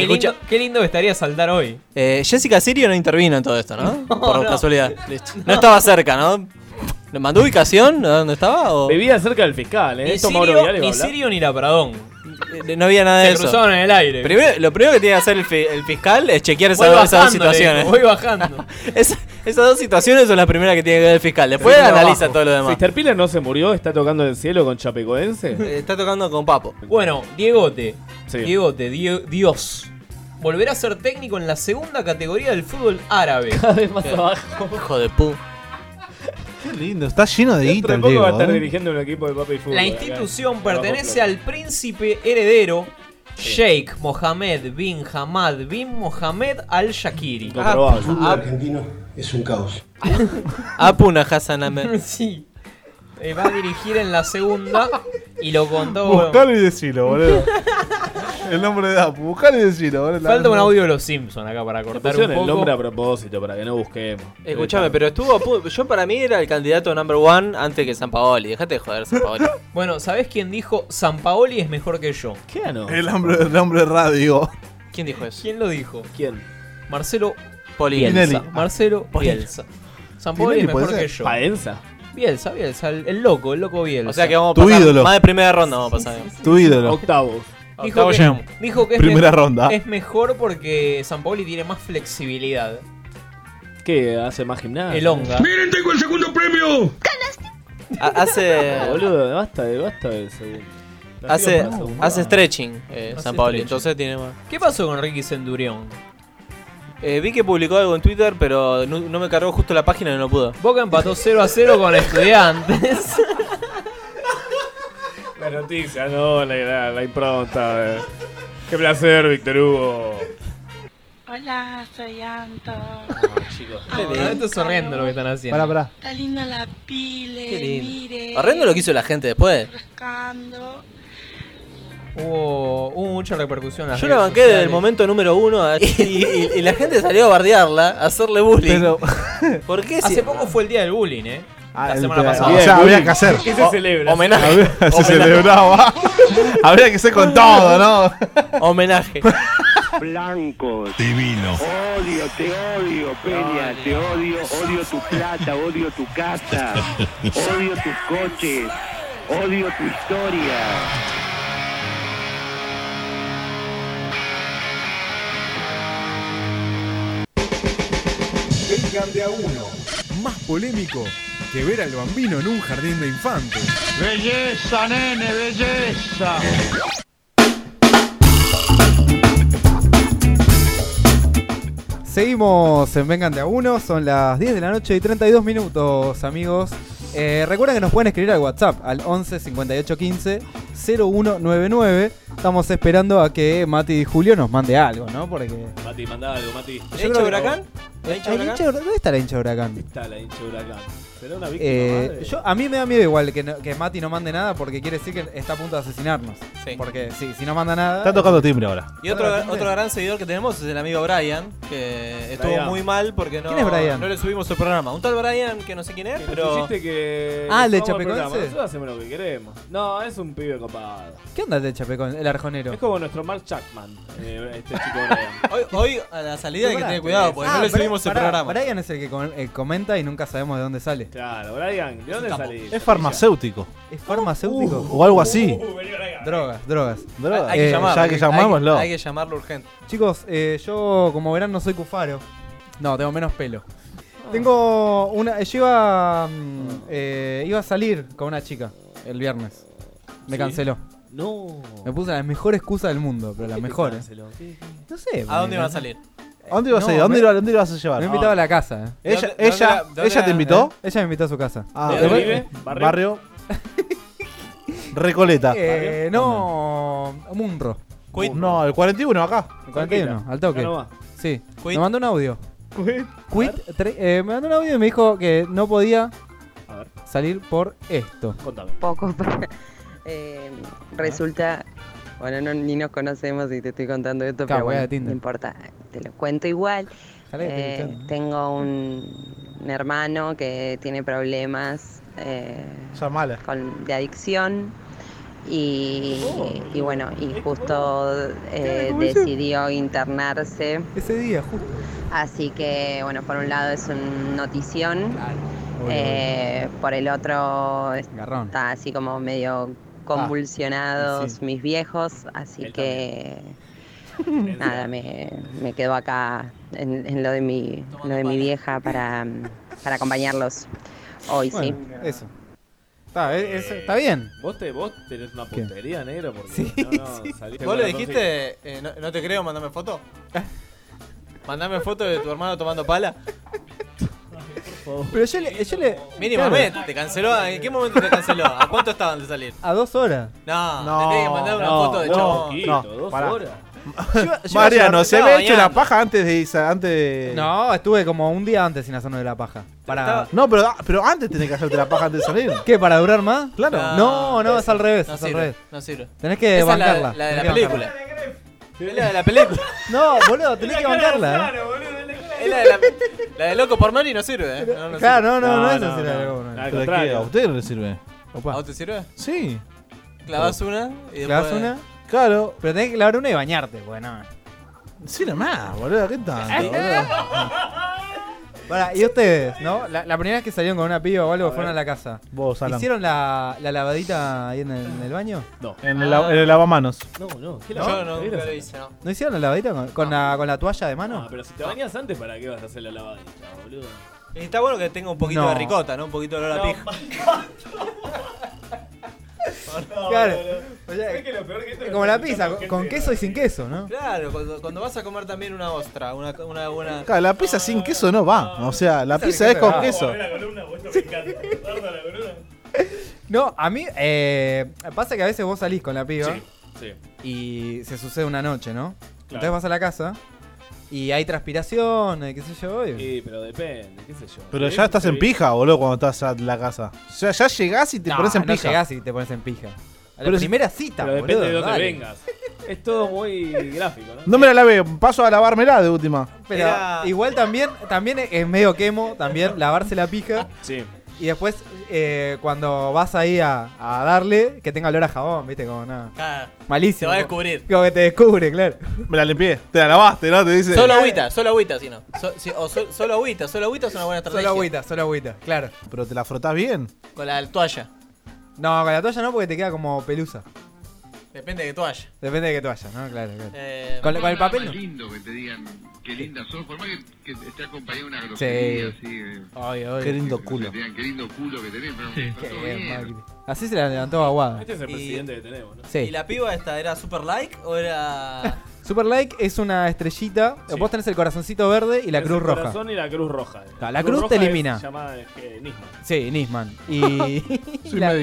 [SPEAKER 5] Escucha.
[SPEAKER 3] lindo, qué lindo que estaría saltar hoy.
[SPEAKER 5] Eh, Jessica Sirio no intervino en todo esto, ¿no? Por
[SPEAKER 3] no.
[SPEAKER 5] casualidad. Listo. No estaba cerca, ¿no? ¿Le mandó ubicación a dónde estaba? o-
[SPEAKER 4] Vivía cerca del fiscal, ¿eh?
[SPEAKER 3] Ni
[SPEAKER 4] Esto Mauro
[SPEAKER 3] Sirio,
[SPEAKER 4] Vidal iba a
[SPEAKER 3] ni,
[SPEAKER 4] hablar.
[SPEAKER 3] Sirio ni la Pradón.
[SPEAKER 5] Eh, No había nada de
[SPEAKER 3] Se
[SPEAKER 5] eso.
[SPEAKER 3] cruzaron en el aire.
[SPEAKER 5] Primero- lo primero que tiene que hacer el, fi- el fiscal es chequear
[SPEAKER 3] voy
[SPEAKER 5] esas,
[SPEAKER 3] bajando,
[SPEAKER 5] dos- esas dos situaciones.
[SPEAKER 3] le digo, voy bajando.
[SPEAKER 5] Es- esas dos situaciones son las primeras que tiene que ver el fiscal. Después
[SPEAKER 3] Primero
[SPEAKER 5] analiza
[SPEAKER 3] abajo.
[SPEAKER 5] todo lo demás.
[SPEAKER 4] Sister Pillar no se murió, está tocando el cielo con Chapecoense.
[SPEAKER 5] Eh, Está tocando con Papo.
[SPEAKER 3] Bueno, Diegote.
[SPEAKER 4] Sí.
[SPEAKER 3] Diegote, Dio- Dios. Volverá a ser técnico en la segunda categoría del fútbol árabe.
[SPEAKER 4] más abajo.
[SPEAKER 5] Hijo de pu.
[SPEAKER 2] Qué lindo, está lleno de guita
[SPEAKER 4] Dentro de
[SPEAKER 2] el
[SPEAKER 4] poco va a estar
[SPEAKER 2] Diego. ¿eh?
[SPEAKER 4] dirigiendo un equipo de papi y fútbol. eh.
[SPEAKER 3] La
[SPEAKER 4] acá.
[SPEAKER 3] institución
[SPEAKER 4] Abajo,
[SPEAKER 3] pertenece
[SPEAKER 4] Flor.
[SPEAKER 3] al príncipe heredero Sheikh Mohammed bin Hamad bin Mohammed al Shakiri.
[SPEAKER 4] Lo probable.
[SPEAKER 5] Apuna Hassan Ahmed.
[SPEAKER 3] Ah, Sí. Eh, va a dirigir en la segunda y lo contó.
[SPEAKER 2] Buscalo y decilo, boludo. El nombre de Dapu, buscalo y decilo, boludo. La-
[SPEAKER 3] Falta un audio de los Simpsons acá para
[SPEAKER 4] Le
[SPEAKER 3] cortar un
[SPEAKER 4] pusieron el nombre a
[SPEAKER 3] poco.
[SPEAKER 4] propósito para que no busquemos.
[SPEAKER 5] Escuchame, pero estuvo. a pu- Yo para mí era el candidato number one antes que San Paoli. Dejate de joder, San Paoli.
[SPEAKER 3] Bueno, ¿sabés quién dijo San Paoli es mejor que yo?
[SPEAKER 4] ¿Qué ganó?
[SPEAKER 2] El nombre, el nombre de Radio.
[SPEAKER 5] ¿Quién dijo eso?
[SPEAKER 3] ¿Quién lo dijo?
[SPEAKER 4] ¿Quién?
[SPEAKER 3] Marcelo
[SPEAKER 5] Poli.
[SPEAKER 3] Bielsa.
[SPEAKER 2] Tinelli.
[SPEAKER 3] Marcelo
[SPEAKER 5] Bielsa.
[SPEAKER 3] Bielsa. San Paoli es
[SPEAKER 2] Tinelli puede
[SPEAKER 3] mejor que
[SPEAKER 2] ser.
[SPEAKER 3] yo.
[SPEAKER 4] ¿Paenza?
[SPEAKER 3] Bielsa, Bielsa, el, el loco, el loco Bielsa.
[SPEAKER 5] O sea que vamos a
[SPEAKER 2] Tu
[SPEAKER 5] pasar
[SPEAKER 2] ídolo.
[SPEAKER 5] más de primera ronda. Vamos a pasar.
[SPEAKER 2] Tu ídolo.
[SPEAKER 4] Octavos.
[SPEAKER 3] dijo que,
[SPEAKER 5] Octavo
[SPEAKER 3] dijo que es,
[SPEAKER 2] Primera
[SPEAKER 3] me-
[SPEAKER 2] ronda.
[SPEAKER 3] es mejor porque San Paoli tiene más flexibilidad.
[SPEAKER 4] ¿Qué? ¿Hace más
[SPEAKER 2] Ah.
[SPEAKER 4] gimnasia?
[SPEAKER 3] El honga.
[SPEAKER 5] Ha- Hace.
[SPEAKER 4] Ah, Boludo, basta de, basta de segundo. La
[SPEAKER 5] Hace,
[SPEAKER 4] sigo para segundo.
[SPEAKER 5] hace stretching eh,
[SPEAKER 3] Hace
[SPEAKER 5] San Paoli,
[SPEAKER 3] stretching.
[SPEAKER 5] entonces tiene más.
[SPEAKER 3] ¿Qué pasó con Ricky Centurión?
[SPEAKER 5] Eh, vi que publicó algo en Twitter, pero no, no me cargó justo la página y no pudo.
[SPEAKER 3] Boca empató 0 a 0 con estudiantes.
[SPEAKER 4] La noticia, no, la, la, la impronta. eh. Qué placer, Víctor Hugo.
[SPEAKER 12] Hola, soy Anto.
[SPEAKER 3] Ah, Esto es horrendo lo que están haciendo.
[SPEAKER 2] Pará, pará.
[SPEAKER 12] Está linda la pile.
[SPEAKER 5] Qué lindo.
[SPEAKER 12] Mire.
[SPEAKER 5] Horrendo lo que hizo la gente después.
[SPEAKER 12] Refrescando.
[SPEAKER 3] Hubo, hubo mucha repercusión en las
[SPEAKER 5] Yo la
[SPEAKER 3] redes
[SPEAKER 5] banqué desde el
[SPEAKER 3] sociales.
[SPEAKER 5] momento número uno a- y, y- y la gente salió a bardearla, a hacerle bullying.
[SPEAKER 2] Pero.
[SPEAKER 5] ¿Por qué? si-
[SPEAKER 3] Hace poco fue el día del bullying, ¿eh?
[SPEAKER 2] Ah,
[SPEAKER 3] la
[SPEAKER 2] el-
[SPEAKER 3] semana pasada.
[SPEAKER 2] O
[SPEAKER 4] Bien,
[SPEAKER 2] sea, había
[SPEAKER 4] bien.
[SPEAKER 2] que hacer.
[SPEAKER 4] ¿Qué se celebra?
[SPEAKER 5] Homenaje.
[SPEAKER 2] Había- Se celebraba. Habría que ser con todo, ¿no?
[SPEAKER 5] Homenaje.
[SPEAKER 11] Blancos.
[SPEAKER 6] Divino.
[SPEAKER 11] Odio, te odio, Peña, te odio, odio tu plata, odio tu casa, odio tus coches, odio tu historia.
[SPEAKER 13] Vengan de a uno. Más polémico que ver al bambino en un jardín de infantes.
[SPEAKER 11] Belleza, nene, belleza.
[SPEAKER 7] Seguimos en Vengan de a uno, son las 10 de la noche y 32 minutos, amigos. Eh, recuerden que nos pueden escribir al WhatsApp al 11 58 15 0199. Estamos esperando a que Mati y Julio nos mande algo, ¿no? Porque.
[SPEAKER 4] Mati, mandá algo, Mati.
[SPEAKER 7] ¿El hincha de Huracán?
[SPEAKER 5] ¿La hincha de
[SPEAKER 7] ¿El hincha de Huracán? ¿Dónde está la hincha de Huracán?
[SPEAKER 4] Está la hincha de Huracán. ¿Será una víctima
[SPEAKER 7] Eh,
[SPEAKER 4] madre?
[SPEAKER 7] yo, a mí me da miedo igual que, no- que Mati no mande nada porque quiere decir que está a punto de asesinarnos. Porque sí, si no manda nada.
[SPEAKER 2] Está tocando timbre ahora.
[SPEAKER 5] Y otro, otro gran seguidor que tenemos es el amigo Brian, que estuvo
[SPEAKER 7] Brian.
[SPEAKER 5] muy mal porque no,
[SPEAKER 7] ¿Quién es Brian?
[SPEAKER 5] no le subimos el programa. Un tal Brian que no sé quién es, pero.
[SPEAKER 4] Dijiste que.
[SPEAKER 7] Ah, ¿el de
[SPEAKER 4] somos
[SPEAKER 7] Chapecoense?
[SPEAKER 4] programa, Nosotros hacemos lo que queremos. No, es un pibe copado.
[SPEAKER 7] ¿Qué onda el de Chapecón, el arjonero?
[SPEAKER 4] Es como nuestro Mark Chapman, eh, este chico Brian.
[SPEAKER 5] Hoy, hoy a la salida hay que
[SPEAKER 7] Pará.
[SPEAKER 5] tener cuidado porque
[SPEAKER 3] Ah,
[SPEAKER 5] no le
[SPEAKER 7] pará,
[SPEAKER 5] subimos el
[SPEAKER 7] pará,
[SPEAKER 5] programa.
[SPEAKER 7] Ah, Brian es el que com- eh, comenta y nunca sabemos de dónde sale.
[SPEAKER 4] Claro, Brian, ¿de dónde salís?
[SPEAKER 2] Es farmacéutico.
[SPEAKER 5] Oh,
[SPEAKER 2] Uh,
[SPEAKER 7] ¿Es farmacéutico?
[SPEAKER 5] uh.
[SPEAKER 2] O algo así.
[SPEAKER 7] Drogas, drogas.
[SPEAKER 2] Drogas.
[SPEAKER 5] Hay que
[SPEAKER 7] Eh,
[SPEAKER 5] llamarlo,
[SPEAKER 2] ya que
[SPEAKER 5] hay-
[SPEAKER 2] llamámoslo.
[SPEAKER 5] Hay, que llamarlo urgente.
[SPEAKER 7] Chicos, eh, yo como verán no soy cufaro. No, tengo menos pelo. Tengo una. Yo iba. mm, eh, iba a salir con una chica el viernes. Me
[SPEAKER 5] Sí.
[SPEAKER 7] canceló.
[SPEAKER 4] No.
[SPEAKER 7] Me puse la mejor excusa del mundo, pero la
[SPEAKER 5] te
[SPEAKER 7] mejor. eh.
[SPEAKER 5] canceló?
[SPEAKER 7] No sé.
[SPEAKER 5] ¿A dónde
[SPEAKER 7] boludo.
[SPEAKER 5] va a salir?
[SPEAKER 2] ¿A dónde ibas a ir?
[SPEAKER 7] No,
[SPEAKER 2] ¿A ¿Dónde,
[SPEAKER 7] me-
[SPEAKER 2] lo- dónde lo vas a llevar?
[SPEAKER 7] Me invitaba a la casa. eh.
[SPEAKER 2] Ella, ella, ella te invitó.
[SPEAKER 7] ¿Eh? Ella me invitó a su casa.
[SPEAKER 2] Ah,
[SPEAKER 7] ¿De dónde
[SPEAKER 2] eh,
[SPEAKER 7] vive?
[SPEAKER 2] Barrio. Recoleta.
[SPEAKER 7] Eh, no, Munro.
[SPEAKER 2] No, el 41 acá.
[SPEAKER 7] El 41, al toque. Sí.
[SPEAKER 2] Quit.
[SPEAKER 7] Me mandó un audio. Quit. tre- eh, me mandó un audio y me dijo que no podía salir por esto.
[SPEAKER 10] Poco. pero, eh, resulta. Bueno, no- ni nos conocemos y te estoy contando esto,
[SPEAKER 7] Claro,
[SPEAKER 10] pero
[SPEAKER 7] voy a
[SPEAKER 10] bueno,
[SPEAKER 7] eh, Tinder.
[SPEAKER 10] no importa. Te lo cuento igual.
[SPEAKER 7] Ojalá que te
[SPEAKER 10] Eh,
[SPEAKER 7] invitaran, ¿no?
[SPEAKER 10] tengo un, un hermano que tiene problemas eh, con- de adicción. Y, y bueno, y justo eh, decidió internarse.
[SPEAKER 7] Ese día, justo.
[SPEAKER 10] Así que, bueno, por un lado es un notición.
[SPEAKER 7] Obvio,
[SPEAKER 10] Eh, por el otro es-
[SPEAKER 7] Garrón.
[SPEAKER 10] está así como medio convulsionados
[SPEAKER 7] Ah, sí.
[SPEAKER 10] mis viejos, así que nada, me, me quedo acá en, en lo de mi lo de mi vieja para, para acompañarlos hoy,
[SPEAKER 7] Bueno,
[SPEAKER 10] sí.
[SPEAKER 7] Eso. Está, eh, eso- está bien.
[SPEAKER 4] Vos, te, vos tenés una
[SPEAKER 7] ¿Qué?
[SPEAKER 4] puntería, negro, porque
[SPEAKER 7] Sí,
[SPEAKER 4] no, no,
[SPEAKER 7] sí.
[SPEAKER 4] saliste
[SPEAKER 5] ¿Vos
[SPEAKER 4] con
[SPEAKER 5] le
[SPEAKER 4] la consigna.
[SPEAKER 5] dijiste, eh, no, no te creo, mandame foto? ¿Mandame foto de tu hermano tomando pala?
[SPEAKER 7] Pero yo le. Yo le
[SPEAKER 5] Mínimamente,
[SPEAKER 7] claro,
[SPEAKER 5] ¿te canceló? ¿En qué momento te canceló? ¿A cuánto estaban de salir?
[SPEAKER 7] a dos horas.
[SPEAKER 2] No,
[SPEAKER 5] No, no, tenés que mandar una
[SPEAKER 2] no,
[SPEAKER 5] foto de
[SPEAKER 2] no,
[SPEAKER 5] chabón.
[SPEAKER 2] no, Dos pará.
[SPEAKER 5] horas.
[SPEAKER 2] Mariano, se me ha hecho la
[SPEAKER 7] bañando.
[SPEAKER 2] paja antes de irse. Antes de...
[SPEAKER 7] No, estuve como un día antes sin hacernos de la paja. Para.
[SPEAKER 2] No, pero, pero antes tenés que hacerte la paja antes de salir.
[SPEAKER 7] ¿Qué? ¿Para durar más?
[SPEAKER 2] Claro.
[SPEAKER 7] No, no, es al revés.
[SPEAKER 5] No
[SPEAKER 7] es al
[SPEAKER 5] sirve,
[SPEAKER 7] revés.
[SPEAKER 5] no sirve.
[SPEAKER 7] Tenés que
[SPEAKER 5] Esa es la-
[SPEAKER 7] bancarla.
[SPEAKER 5] la de
[SPEAKER 7] tenés
[SPEAKER 5] la
[SPEAKER 7] que bancarla.
[SPEAKER 5] Es la de la película.
[SPEAKER 7] No, boludo, tenés que bancarla. eh.
[SPEAKER 5] Es la de la, la de loco por Mari no sirve, ¿eh? No, no
[SPEAKER 7] Claro, no,
[SPEAKER 5] sirve.
[SPEAKER 7] no, no, eso sirve algo, bueno.
[SPEAKER 2] Pero es que a usted no le sirve.
[SPEAKER 5] ¿A vos te sirve?
[SPEAKER 2] Sí.
[SPEAKER 5] Clavas una y
[SPEAKER 7] Clavas
[SPEAKER 5] después-
[SPEAKER 7] una.
[SPEAKER 2] Claro.
[SPEAKER 7] Pero tenés que clavar una y bañarte, pues, bueno.
[SPEAKER 2] Sí, nomás, boludo. ¿Qué tanto, boludo?
[SPEAKER 7] Para, y ustedes, ¿no? La, la primera vez que salieron con una piba o algo fueron a la casa.
[SPEAKER 2] Vos, Alan.
[SPEAKER 7] ¿Hicieron la, la lavadita ahí en el, en el baño?
[SPEAKER 4] No.
[SPEAKER 2] En el, la- en el lavamanos.
[SPEAKER 4] No, no, ¿qué
[SPEAKER 5] Yo no, nunca
[SPEAKER 4] ¿Qué
[SPEAKER 5] lo
[SPEAKER 4] era?
[SPEAKER 5] hice, no.
[SPEAKER 7] ¿No hicieron la lavadita con, con la, con la toalla de mano?
[SPEAKER 4] Ah, pero si te bañas antes, ¿para qué vas a hacer la lavadita, boludo?
[SPEAKER 5] Está bueno que tenga un poquito
[SPEAKER 7] No.
[SPEAKER 5] de ricota, ¿no? Un poquito de olor a pija.
[SPEAKER 7] Claro.
[SPEAKER 5] boludo.
[SPEAKER 7] O sea,
[SPEAKER 5] ¿Sabés que lo peor que esto
[SPEAKER 7] es
[SPEAKER 5] es
[SPEAKER 7] como la
[SPEAKER 5] que
[SPEAKER 7] pizza, con,
[SPEAKER 5] gente-
[SPEAKER 7] con queso y sin queso, ¿no?
[SPEAKER 5] Claro, cuando, cuando vas a comer también una ostra, una, una buena.
[SPEAKER 2] Claro, la pizza sin queso no va. O sea, la pizza es con queso.
[SPEAKER 7] No, a mí eh, pasa que a veces vos salís con la piba
[SPEAKER 4] Sí.
[SPEAKER 7] y se sucede una noche, ¿no? Entonces
[SPEAKER 4] Claro.
[SPEAKER 7] vas a la casa y hay transpiración, eh, qué sé yo. obvio.
[SPEAKER 4] Sí, pero depende, qué sé yo.
[SPEAKER 2] Pero ya estás en pija, boludo, cuando estás a la casa. O sea, ya llegás y te
[SPEAKER 7] No,
[SPEAKER 2] pones en
[SPEAKER 7] no
[SPEAKER 2] pija.
[SPEAKER 7] llegás y te pones en pija. A la
[SPEAKER 2] Pero si-
[SPEAKER 7] primera cita,
[SPEAKER 4] Pero depende
[SPEAKER 7] boludo,
[SPEAKER 4] de dónde
[SPEAKER 7] dale.
[SPEAKER 4] vengas. Es todo muy gráfico, ¿no?
[SPEAKER 2] No me la lavé, paso a lavármela de última.
[SPEAKER 7] Pero igual también, también es medio quemo, también lavarse la pija.
[SPEAKER 4] Sí.
[SPEAKER 7] Y después, eh, cuando vas ahí a, a darle, que tenga olor a jabón, viste, como nada.
[SPEAKER 5] Ah,
[SPEAKER 7] Malísimo.
[SPEAKER 5] Se va a descubrir.
[SPEAKER 7] Como que te descubre, claro.
[SPEAKER 2] Me la limpié, te la lavaste, ¿no? Te dice.
[SPEAKER 5] Solo agüita, solo agüita, si no. So- si- o sol- solo agüita, solo agüita es una buena estrategia.
[SPEAKER 7] Solo agüita, solo agüita, claro.
[SPEAKER 2] Pero te la frotás bien.
[SPEAKER 5] Con la toalla.
[SPEAKER 7] No, con la toalla no, porque te queda como pelusa.
[SPEAKER 5] Depende de toalla.
[SPEAKER 7] Depende de qué toalla, ¿no? Claro, claro.
[SPEAKER 5] Eh,
[SPEAKER 7] con, con el papel
[SPEAKER 1] Más
[SPEAKER 7] no.
[SPEAKER 1] lindo que te digan qué linda sos, por más que, que esté acompañado de una
[SPEAKER 7] Sí.
[SPEAKER 1] grosería así. eh,
[SPEAKER 7] obvio. Qué lindo
[SPEAKER 1] que
[SPEAKER 7] culo.
[SPEAKER 1] Te digan qué lindo culo que tenés, pero está todo
[SPEAKER 7] Qué
[SPEAKER 1] bien.
[SPEAKER 7] máquina. Así se
[SPEAKER 4] Este
[SPEAKER 7] la levantó aguada.
[SPEAKER 5] Y-
[SPEAKER 4] presidente que tenemos, ¿no?
[SPEAKER 7] Sí.
[SPEAKER 5] ¿Y la piba esta era super like o era
[SPEAKER 3] Super like es una estrellita. Vos tenés el corazoncito verde y la
[SPEAKER 4] Es
[SPEAKER 3] cruz
[SPEAKER 4] el
[SPEAKER 3] roja.
[SPEAKER 4] corazón y la cruz roja.
[SPEAKER 3] Claro, la cruz te
[SPEAKER 4] roja es
[SPEAKER 3] elimina.
[SPEAKER 4] llamada, eh, Nisman.
[SPEAKER 3] Sí, Nisman. Y. y la,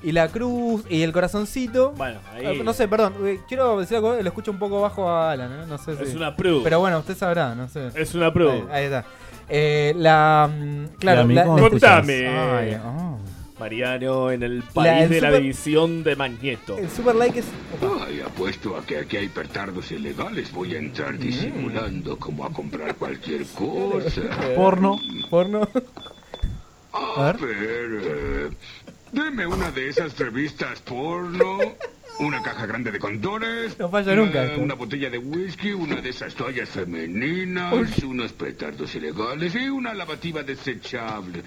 [SPEAKER 3] Y la cruz y el corazoncito.
[SPEAKER 4] Bueno,
[SPEAKER 3] Eh, No sé, perdón. eh, Quiero decir algo. Lo escucho un poco bajo a Alan, ¿eh? No sé si.
[SPEAKER 4] Es una prueba.
[SPEAKER 3] Pero bueno, usted sabrá, no sé.
[SPEAKER 4] Es una prueba.
[SPEAKER 3] Ahí, ahí está. Eh, la. mm, Claro, la, la
[SPEAKER 4] Contame.
[SPEAKER 3] Ay, oh.
[SPEAKER 4] Mariano en el país
[SPEAKER 3] La- el
[SPEAKER 4] de la
[SPEAKER 3] super-
[SPEAKER 4] división de Magneto.
[SPEAKER 3] El super like es.
[SPEAKER 1] Ay, apuesto a que aquí hay petardos ilegales. Voy a
[SPEAKER 3] Mm.
[SPEAKER 1] entrar disimulando como a comprar cualquier cosa.
[SPEAKER 3] Porno. Porno.
[SPEAKER 1] A ver, eh, deme una de esas revistas porno, una caja grande de condones,
[SPEAKER 3] No falla nunca
[SPEAKER 1] eh,
[SPEAKER 3] esto.
[SPEAKER 1] una botella de whisky, una de esas toallas femeninas, unos petardos ilegales y una lavativa desechable.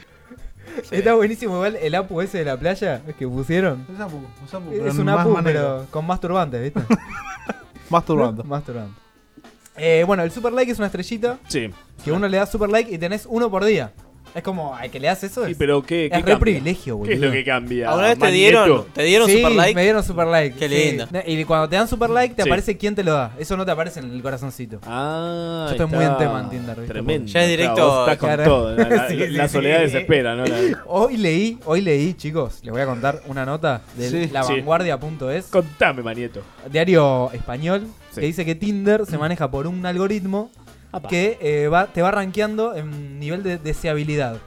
[SPEAKER 3] Está buenísimo igual el apu ese de la playa que pusieron.
[SPEAKER 2] Es Apu, es Apu, pero
[SPEAKER 3] Es
[SPEAKER 2] en
[SPEAKER 3] un
[SPEAKER 2] más
[SPEAKER 3] apu,
[SPEAKER 2] manera.
[SPEAKER 3] pero con más turbantes, ¿viste?
[SPEAKER 2] Masturbando.
[SPEAKER 3] ¿No? Más turbante. Eh, bueno, el super like es una estrellita.
[SPEAKER 4] Sí.
[SPEAKER 3] Que uno le da super like y tenés uno por día. Es como, al que le das eso es.
[SPEAKER 4] Sí, pero ¿qué- qué
[SPEAKER 3] es re
[SPEAKER 4] cambia?
[SPEAKER 3] privilegio,
[SPEAKER 4] ¿Qué
[SPEAKER 3] boludo.
[SPEAKER 4] es lo que cambia, ¿Alguna vez te Magneto? dieron- te dieron
[SPEAKER 3] Sí,
[SPEAKER 4] super like?
[SPEAKER 3] Me dieron super like.
[SPEAKER 4] Qué
[SPEAKER 3] sí.
[SPEAKER 4] lindo.
[SPEAKER 3] No, Y cuando te dan super like, te
[SPEAKER 4] Sí.
[SPEAKER 3] aparece quién te lo da. Eso no te aparece en el corazoncito.
[SPEAKER 4] Ah,
[SPEAKER 3] Yo estoy
[SPEAKER 4] está
[SPEAKER 3] muy en tema en Tinder. ¿viste?
[SPEAKER 4] Tremendo. Ya es directo- Claro, vos estás con todo, la- la- la soledad desespera, ¿no? La-
[SPEAKER 3] Hoy leí, hoy leí, chicos, les voy a contar una nota de
[SPEAKER 4] Sí. Sí.
[SPEAKER 3] lavanguardia.es.
[SPEAKER 4] Contame, Manieto.
[SPEAKER 3] Diario español
[SPEAKER 4] Sí.
[SPEAKER 3] que dice que Tinder se maneja por un algoritmo que eh, va, te va rankeando en nivel de deseabilidad.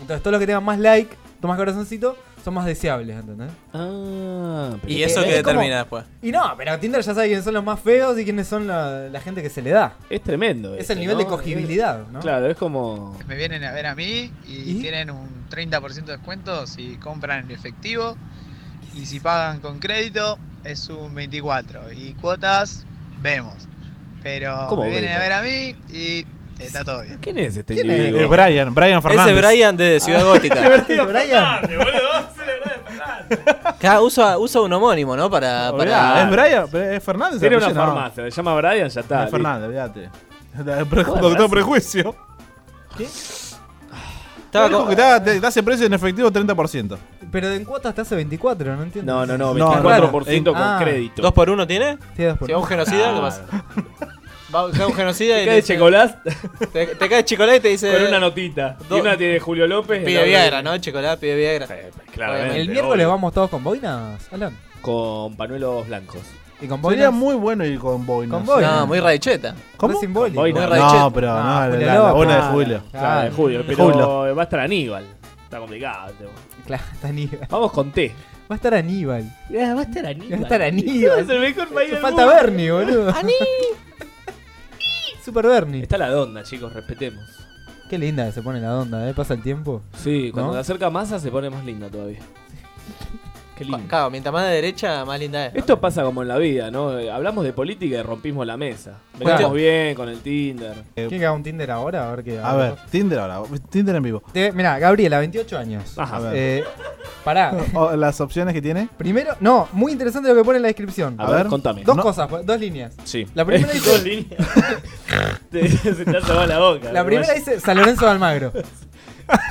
[SPEAKER 3] Entonces, todos los que tengan más like, tomas corazoncito, son más deseables, ¿entendés?
[SPEAKER 4] Ah,
[SPEAKER 5] pero- ¿Y eso qué
[SPEAKER 3] es como-
[SPEAKER 5] determina después?
[SPEAKER 3] Y no, pero Tinder ya sabe quiénes son los más feos y quiénes son la, la gente que se le da.
[SPEAKER 4] Es tremendo.
[SPEAKER 3] Es
[SPEAKER 4] eso,
[SPEAKER 3] el nivel
[SPEAKER 4] Pues ¿no?
[SPEAKER 3] de cogibilidad, ¿no?
[SPEAKER 4] Claro, es como.
[SPEAKER 7] Me vienen a ver a mí y, tienen un 30% de descuento si compran en efectivo. Y si pagan con crédito es un 24. Y cuotas, vemos. Pero
[SPEAKER 5] ¿Cómo
[SPEAKER 7] me vienen a ver
[SPEAKER 5] vemos?
[SPEAKER 7] a mí y está todo bien.
[SPEAKER 4] ¿Quién es este
[SPEAKER 5] ¿Quién es?
[SPEAKER 4] individuo?
[SPEAKER 2] Eh, Brian, Brian Fernández.
[SPEAKER 5] Ese Brian de Ciudad Gótica.
[SPEAKER 3] Brian.
[SPEAKER 5] Ca- usa, usa un homónimo, ¿no? Para. para...
[SPEAKER 2] Olvidá, Es Brian, pero es Fernández.
[SPEAKER 5] Tiene
[SPEAKER 2] el
[SPEAKER 5] una
[SPEAKER 2] apellido,
[SPEAKER 5] farmacia,
[SPEAKER 4] se llama Brian, ya está,
[SPEAKER 2] No es Fernández, olvídate. Pre-
[SPEAKER 4] Bueno,
[SPEAKER 2] Doctor
[SPEAKER 4] gracias.
[SPEAKER 2] Prejuicio.
[SPEAKER 3] ¿Qué?
[SPEAKER 2] Estaba dijo que te, da- te- te hace precio en efectivo 30%.
[SPEAKER 3] Pero en cuotas te hace 24, no
[SPEAKER 2] No,
[SPEAKER 3] entiendo.
[SPEAKER 2] no, no, 24%
[SPEAKER 3] claro.
[SPEAKER 2] con
[SPEAKER 3] Ah.
[SPEAKER 2] crédito.
[SPEAKER 5] ¿Dos por uno tiene?
[SPEAKER 3] Sí, dos por
[SPEAKER 5] Si va un
[SPEAKER 3] uno.
[SPEAKER 5] genocida,
[SPEAKER 3] Ah.
[SPEAKER 5] ¿qué pasa? Va va un genocida
[SPEAKER 4] Te
[SPEAKER 5] y.
[SPEAKER 4] cae Checolás.
[SPEAKER 5] Te, te cae Checolás y te
[SPEAKER 3] eh,
[SPEAKER 5] dice.
[SPEAKER 4] Con una notita. Y
[SPEAKER 5] Do-
[SPEAKER 4] una tiene Julio López.
[SPEAKER 5] Pide Viagra, ¿no? Checolás pide Viagra.
[SPEAKER 4] pues, claramente.
[SPEAKER 3] El miércoles vamos todos con boinas, Alan.
[SPEAKER 4] Con panuelos blancos.
[SPEAKER 3] ¿Y con
[SPEAKER 2] Sería
[SPEAKER 3] boinas?
[SPEAKER 2] muy bueno ir con boinas.
[SPEAKER 3] Con boinas. No, muy
[SPEAKER 5] raicheta.
[SPEAKER 2] ¿Cómo?
[SPEAKER 3] Re simbólico.
[SPEAKER 2] Boina.
[SPEAKER 3] Muy
[SPEAKER 2] No,
[SPEAKER 3] raicheta.
[SPEAKER 2] pero no,
[SPEAKER 3] Ah,
[SPEAKER 2] la,
[SPEAKER 3] Julio
[SPEAKER 2] la- la
[SPEAKER 3] López.
[SPEAKER 2] boina de
[SPEAKER 3] Claro,
[SPEAKER 2] Julio.
[SPEAKER 4] Claro, de Ah, Julio. Pero va a estar Aníbal. Está complicado. el tema.
[SPEAKER 3] Claro, está Aníbal.
[SPEAKER 4] Vamos con T.
[SPEAKER 3] Va a estar Aníbal.
[SPEAKER 4] Va a estar Aníbal.
[SPEAKER 3] Va a estar Aníbal.
[SPEAKER 4] Es el mejor país
[SPEAKER 3] Te
[SPEAKER 4] del
[SPEAKER 3] falta
[SPEAKER 4] mundo.
[SPEAKER 3] Bernie, boludo. Ani. Super Bernie.
[SPEAKER 4] Está la donda, chicos, respetemos.
[SPEAKER 3] Qué linda que se pone la onda, ¿eh? Pasa el tiempo.
[SPEAKER 4] Sí, cuando
[SPEAKER 3] ¿No?
[SPEAKER 4] te acerca masa se pone más linda todavía. Qué lindo.
[SPEAKER 5] Claro, mientras más de derecha, más linda es.
[SPEAKER 4] Esto pasa como en la vida, ¿no? Eh, Hablamos de política y rompimos la mesa. Venimos
[SPEAKER 3] Claro.
[SPEAKER 4] bien con el Tinder.
[SPEAKER 3] ¿Quién que haga un Tinder ahora? A ver qué.
[SPEAKER 2] Eh, A ver, Tinder ahora. Tinder en vivo.
[SPEAKER 3] Te- mirá, Gabriela, 28 años.
[SPEAKER 2] Ajá. Ah, A ver.
[SPEAKER 3] Eh, pará.
[SPEAKER 2] O- Las opciones que tiene.
[SPEAKER 3] Primero, no, muy interesante lo que pone en la descripción.
[SPEAKER 2] A A ver, ver, contame.
[SPEAKER 3] Dos
[SPEAKER 2] No.
[SPEAKER 3] cosas, pues, dos líneas.
[SPEAKER 4] Sí.
[SPEAKER 3] La primera dice.
[SPEAKER 4] Dos líneas. Te- se te ha tapado la boca.
[SPEAKER 3] La primera
[SPEAKER 4] Uruguay.
[SPEAKER 3] dice San Lorenzo de Almagro.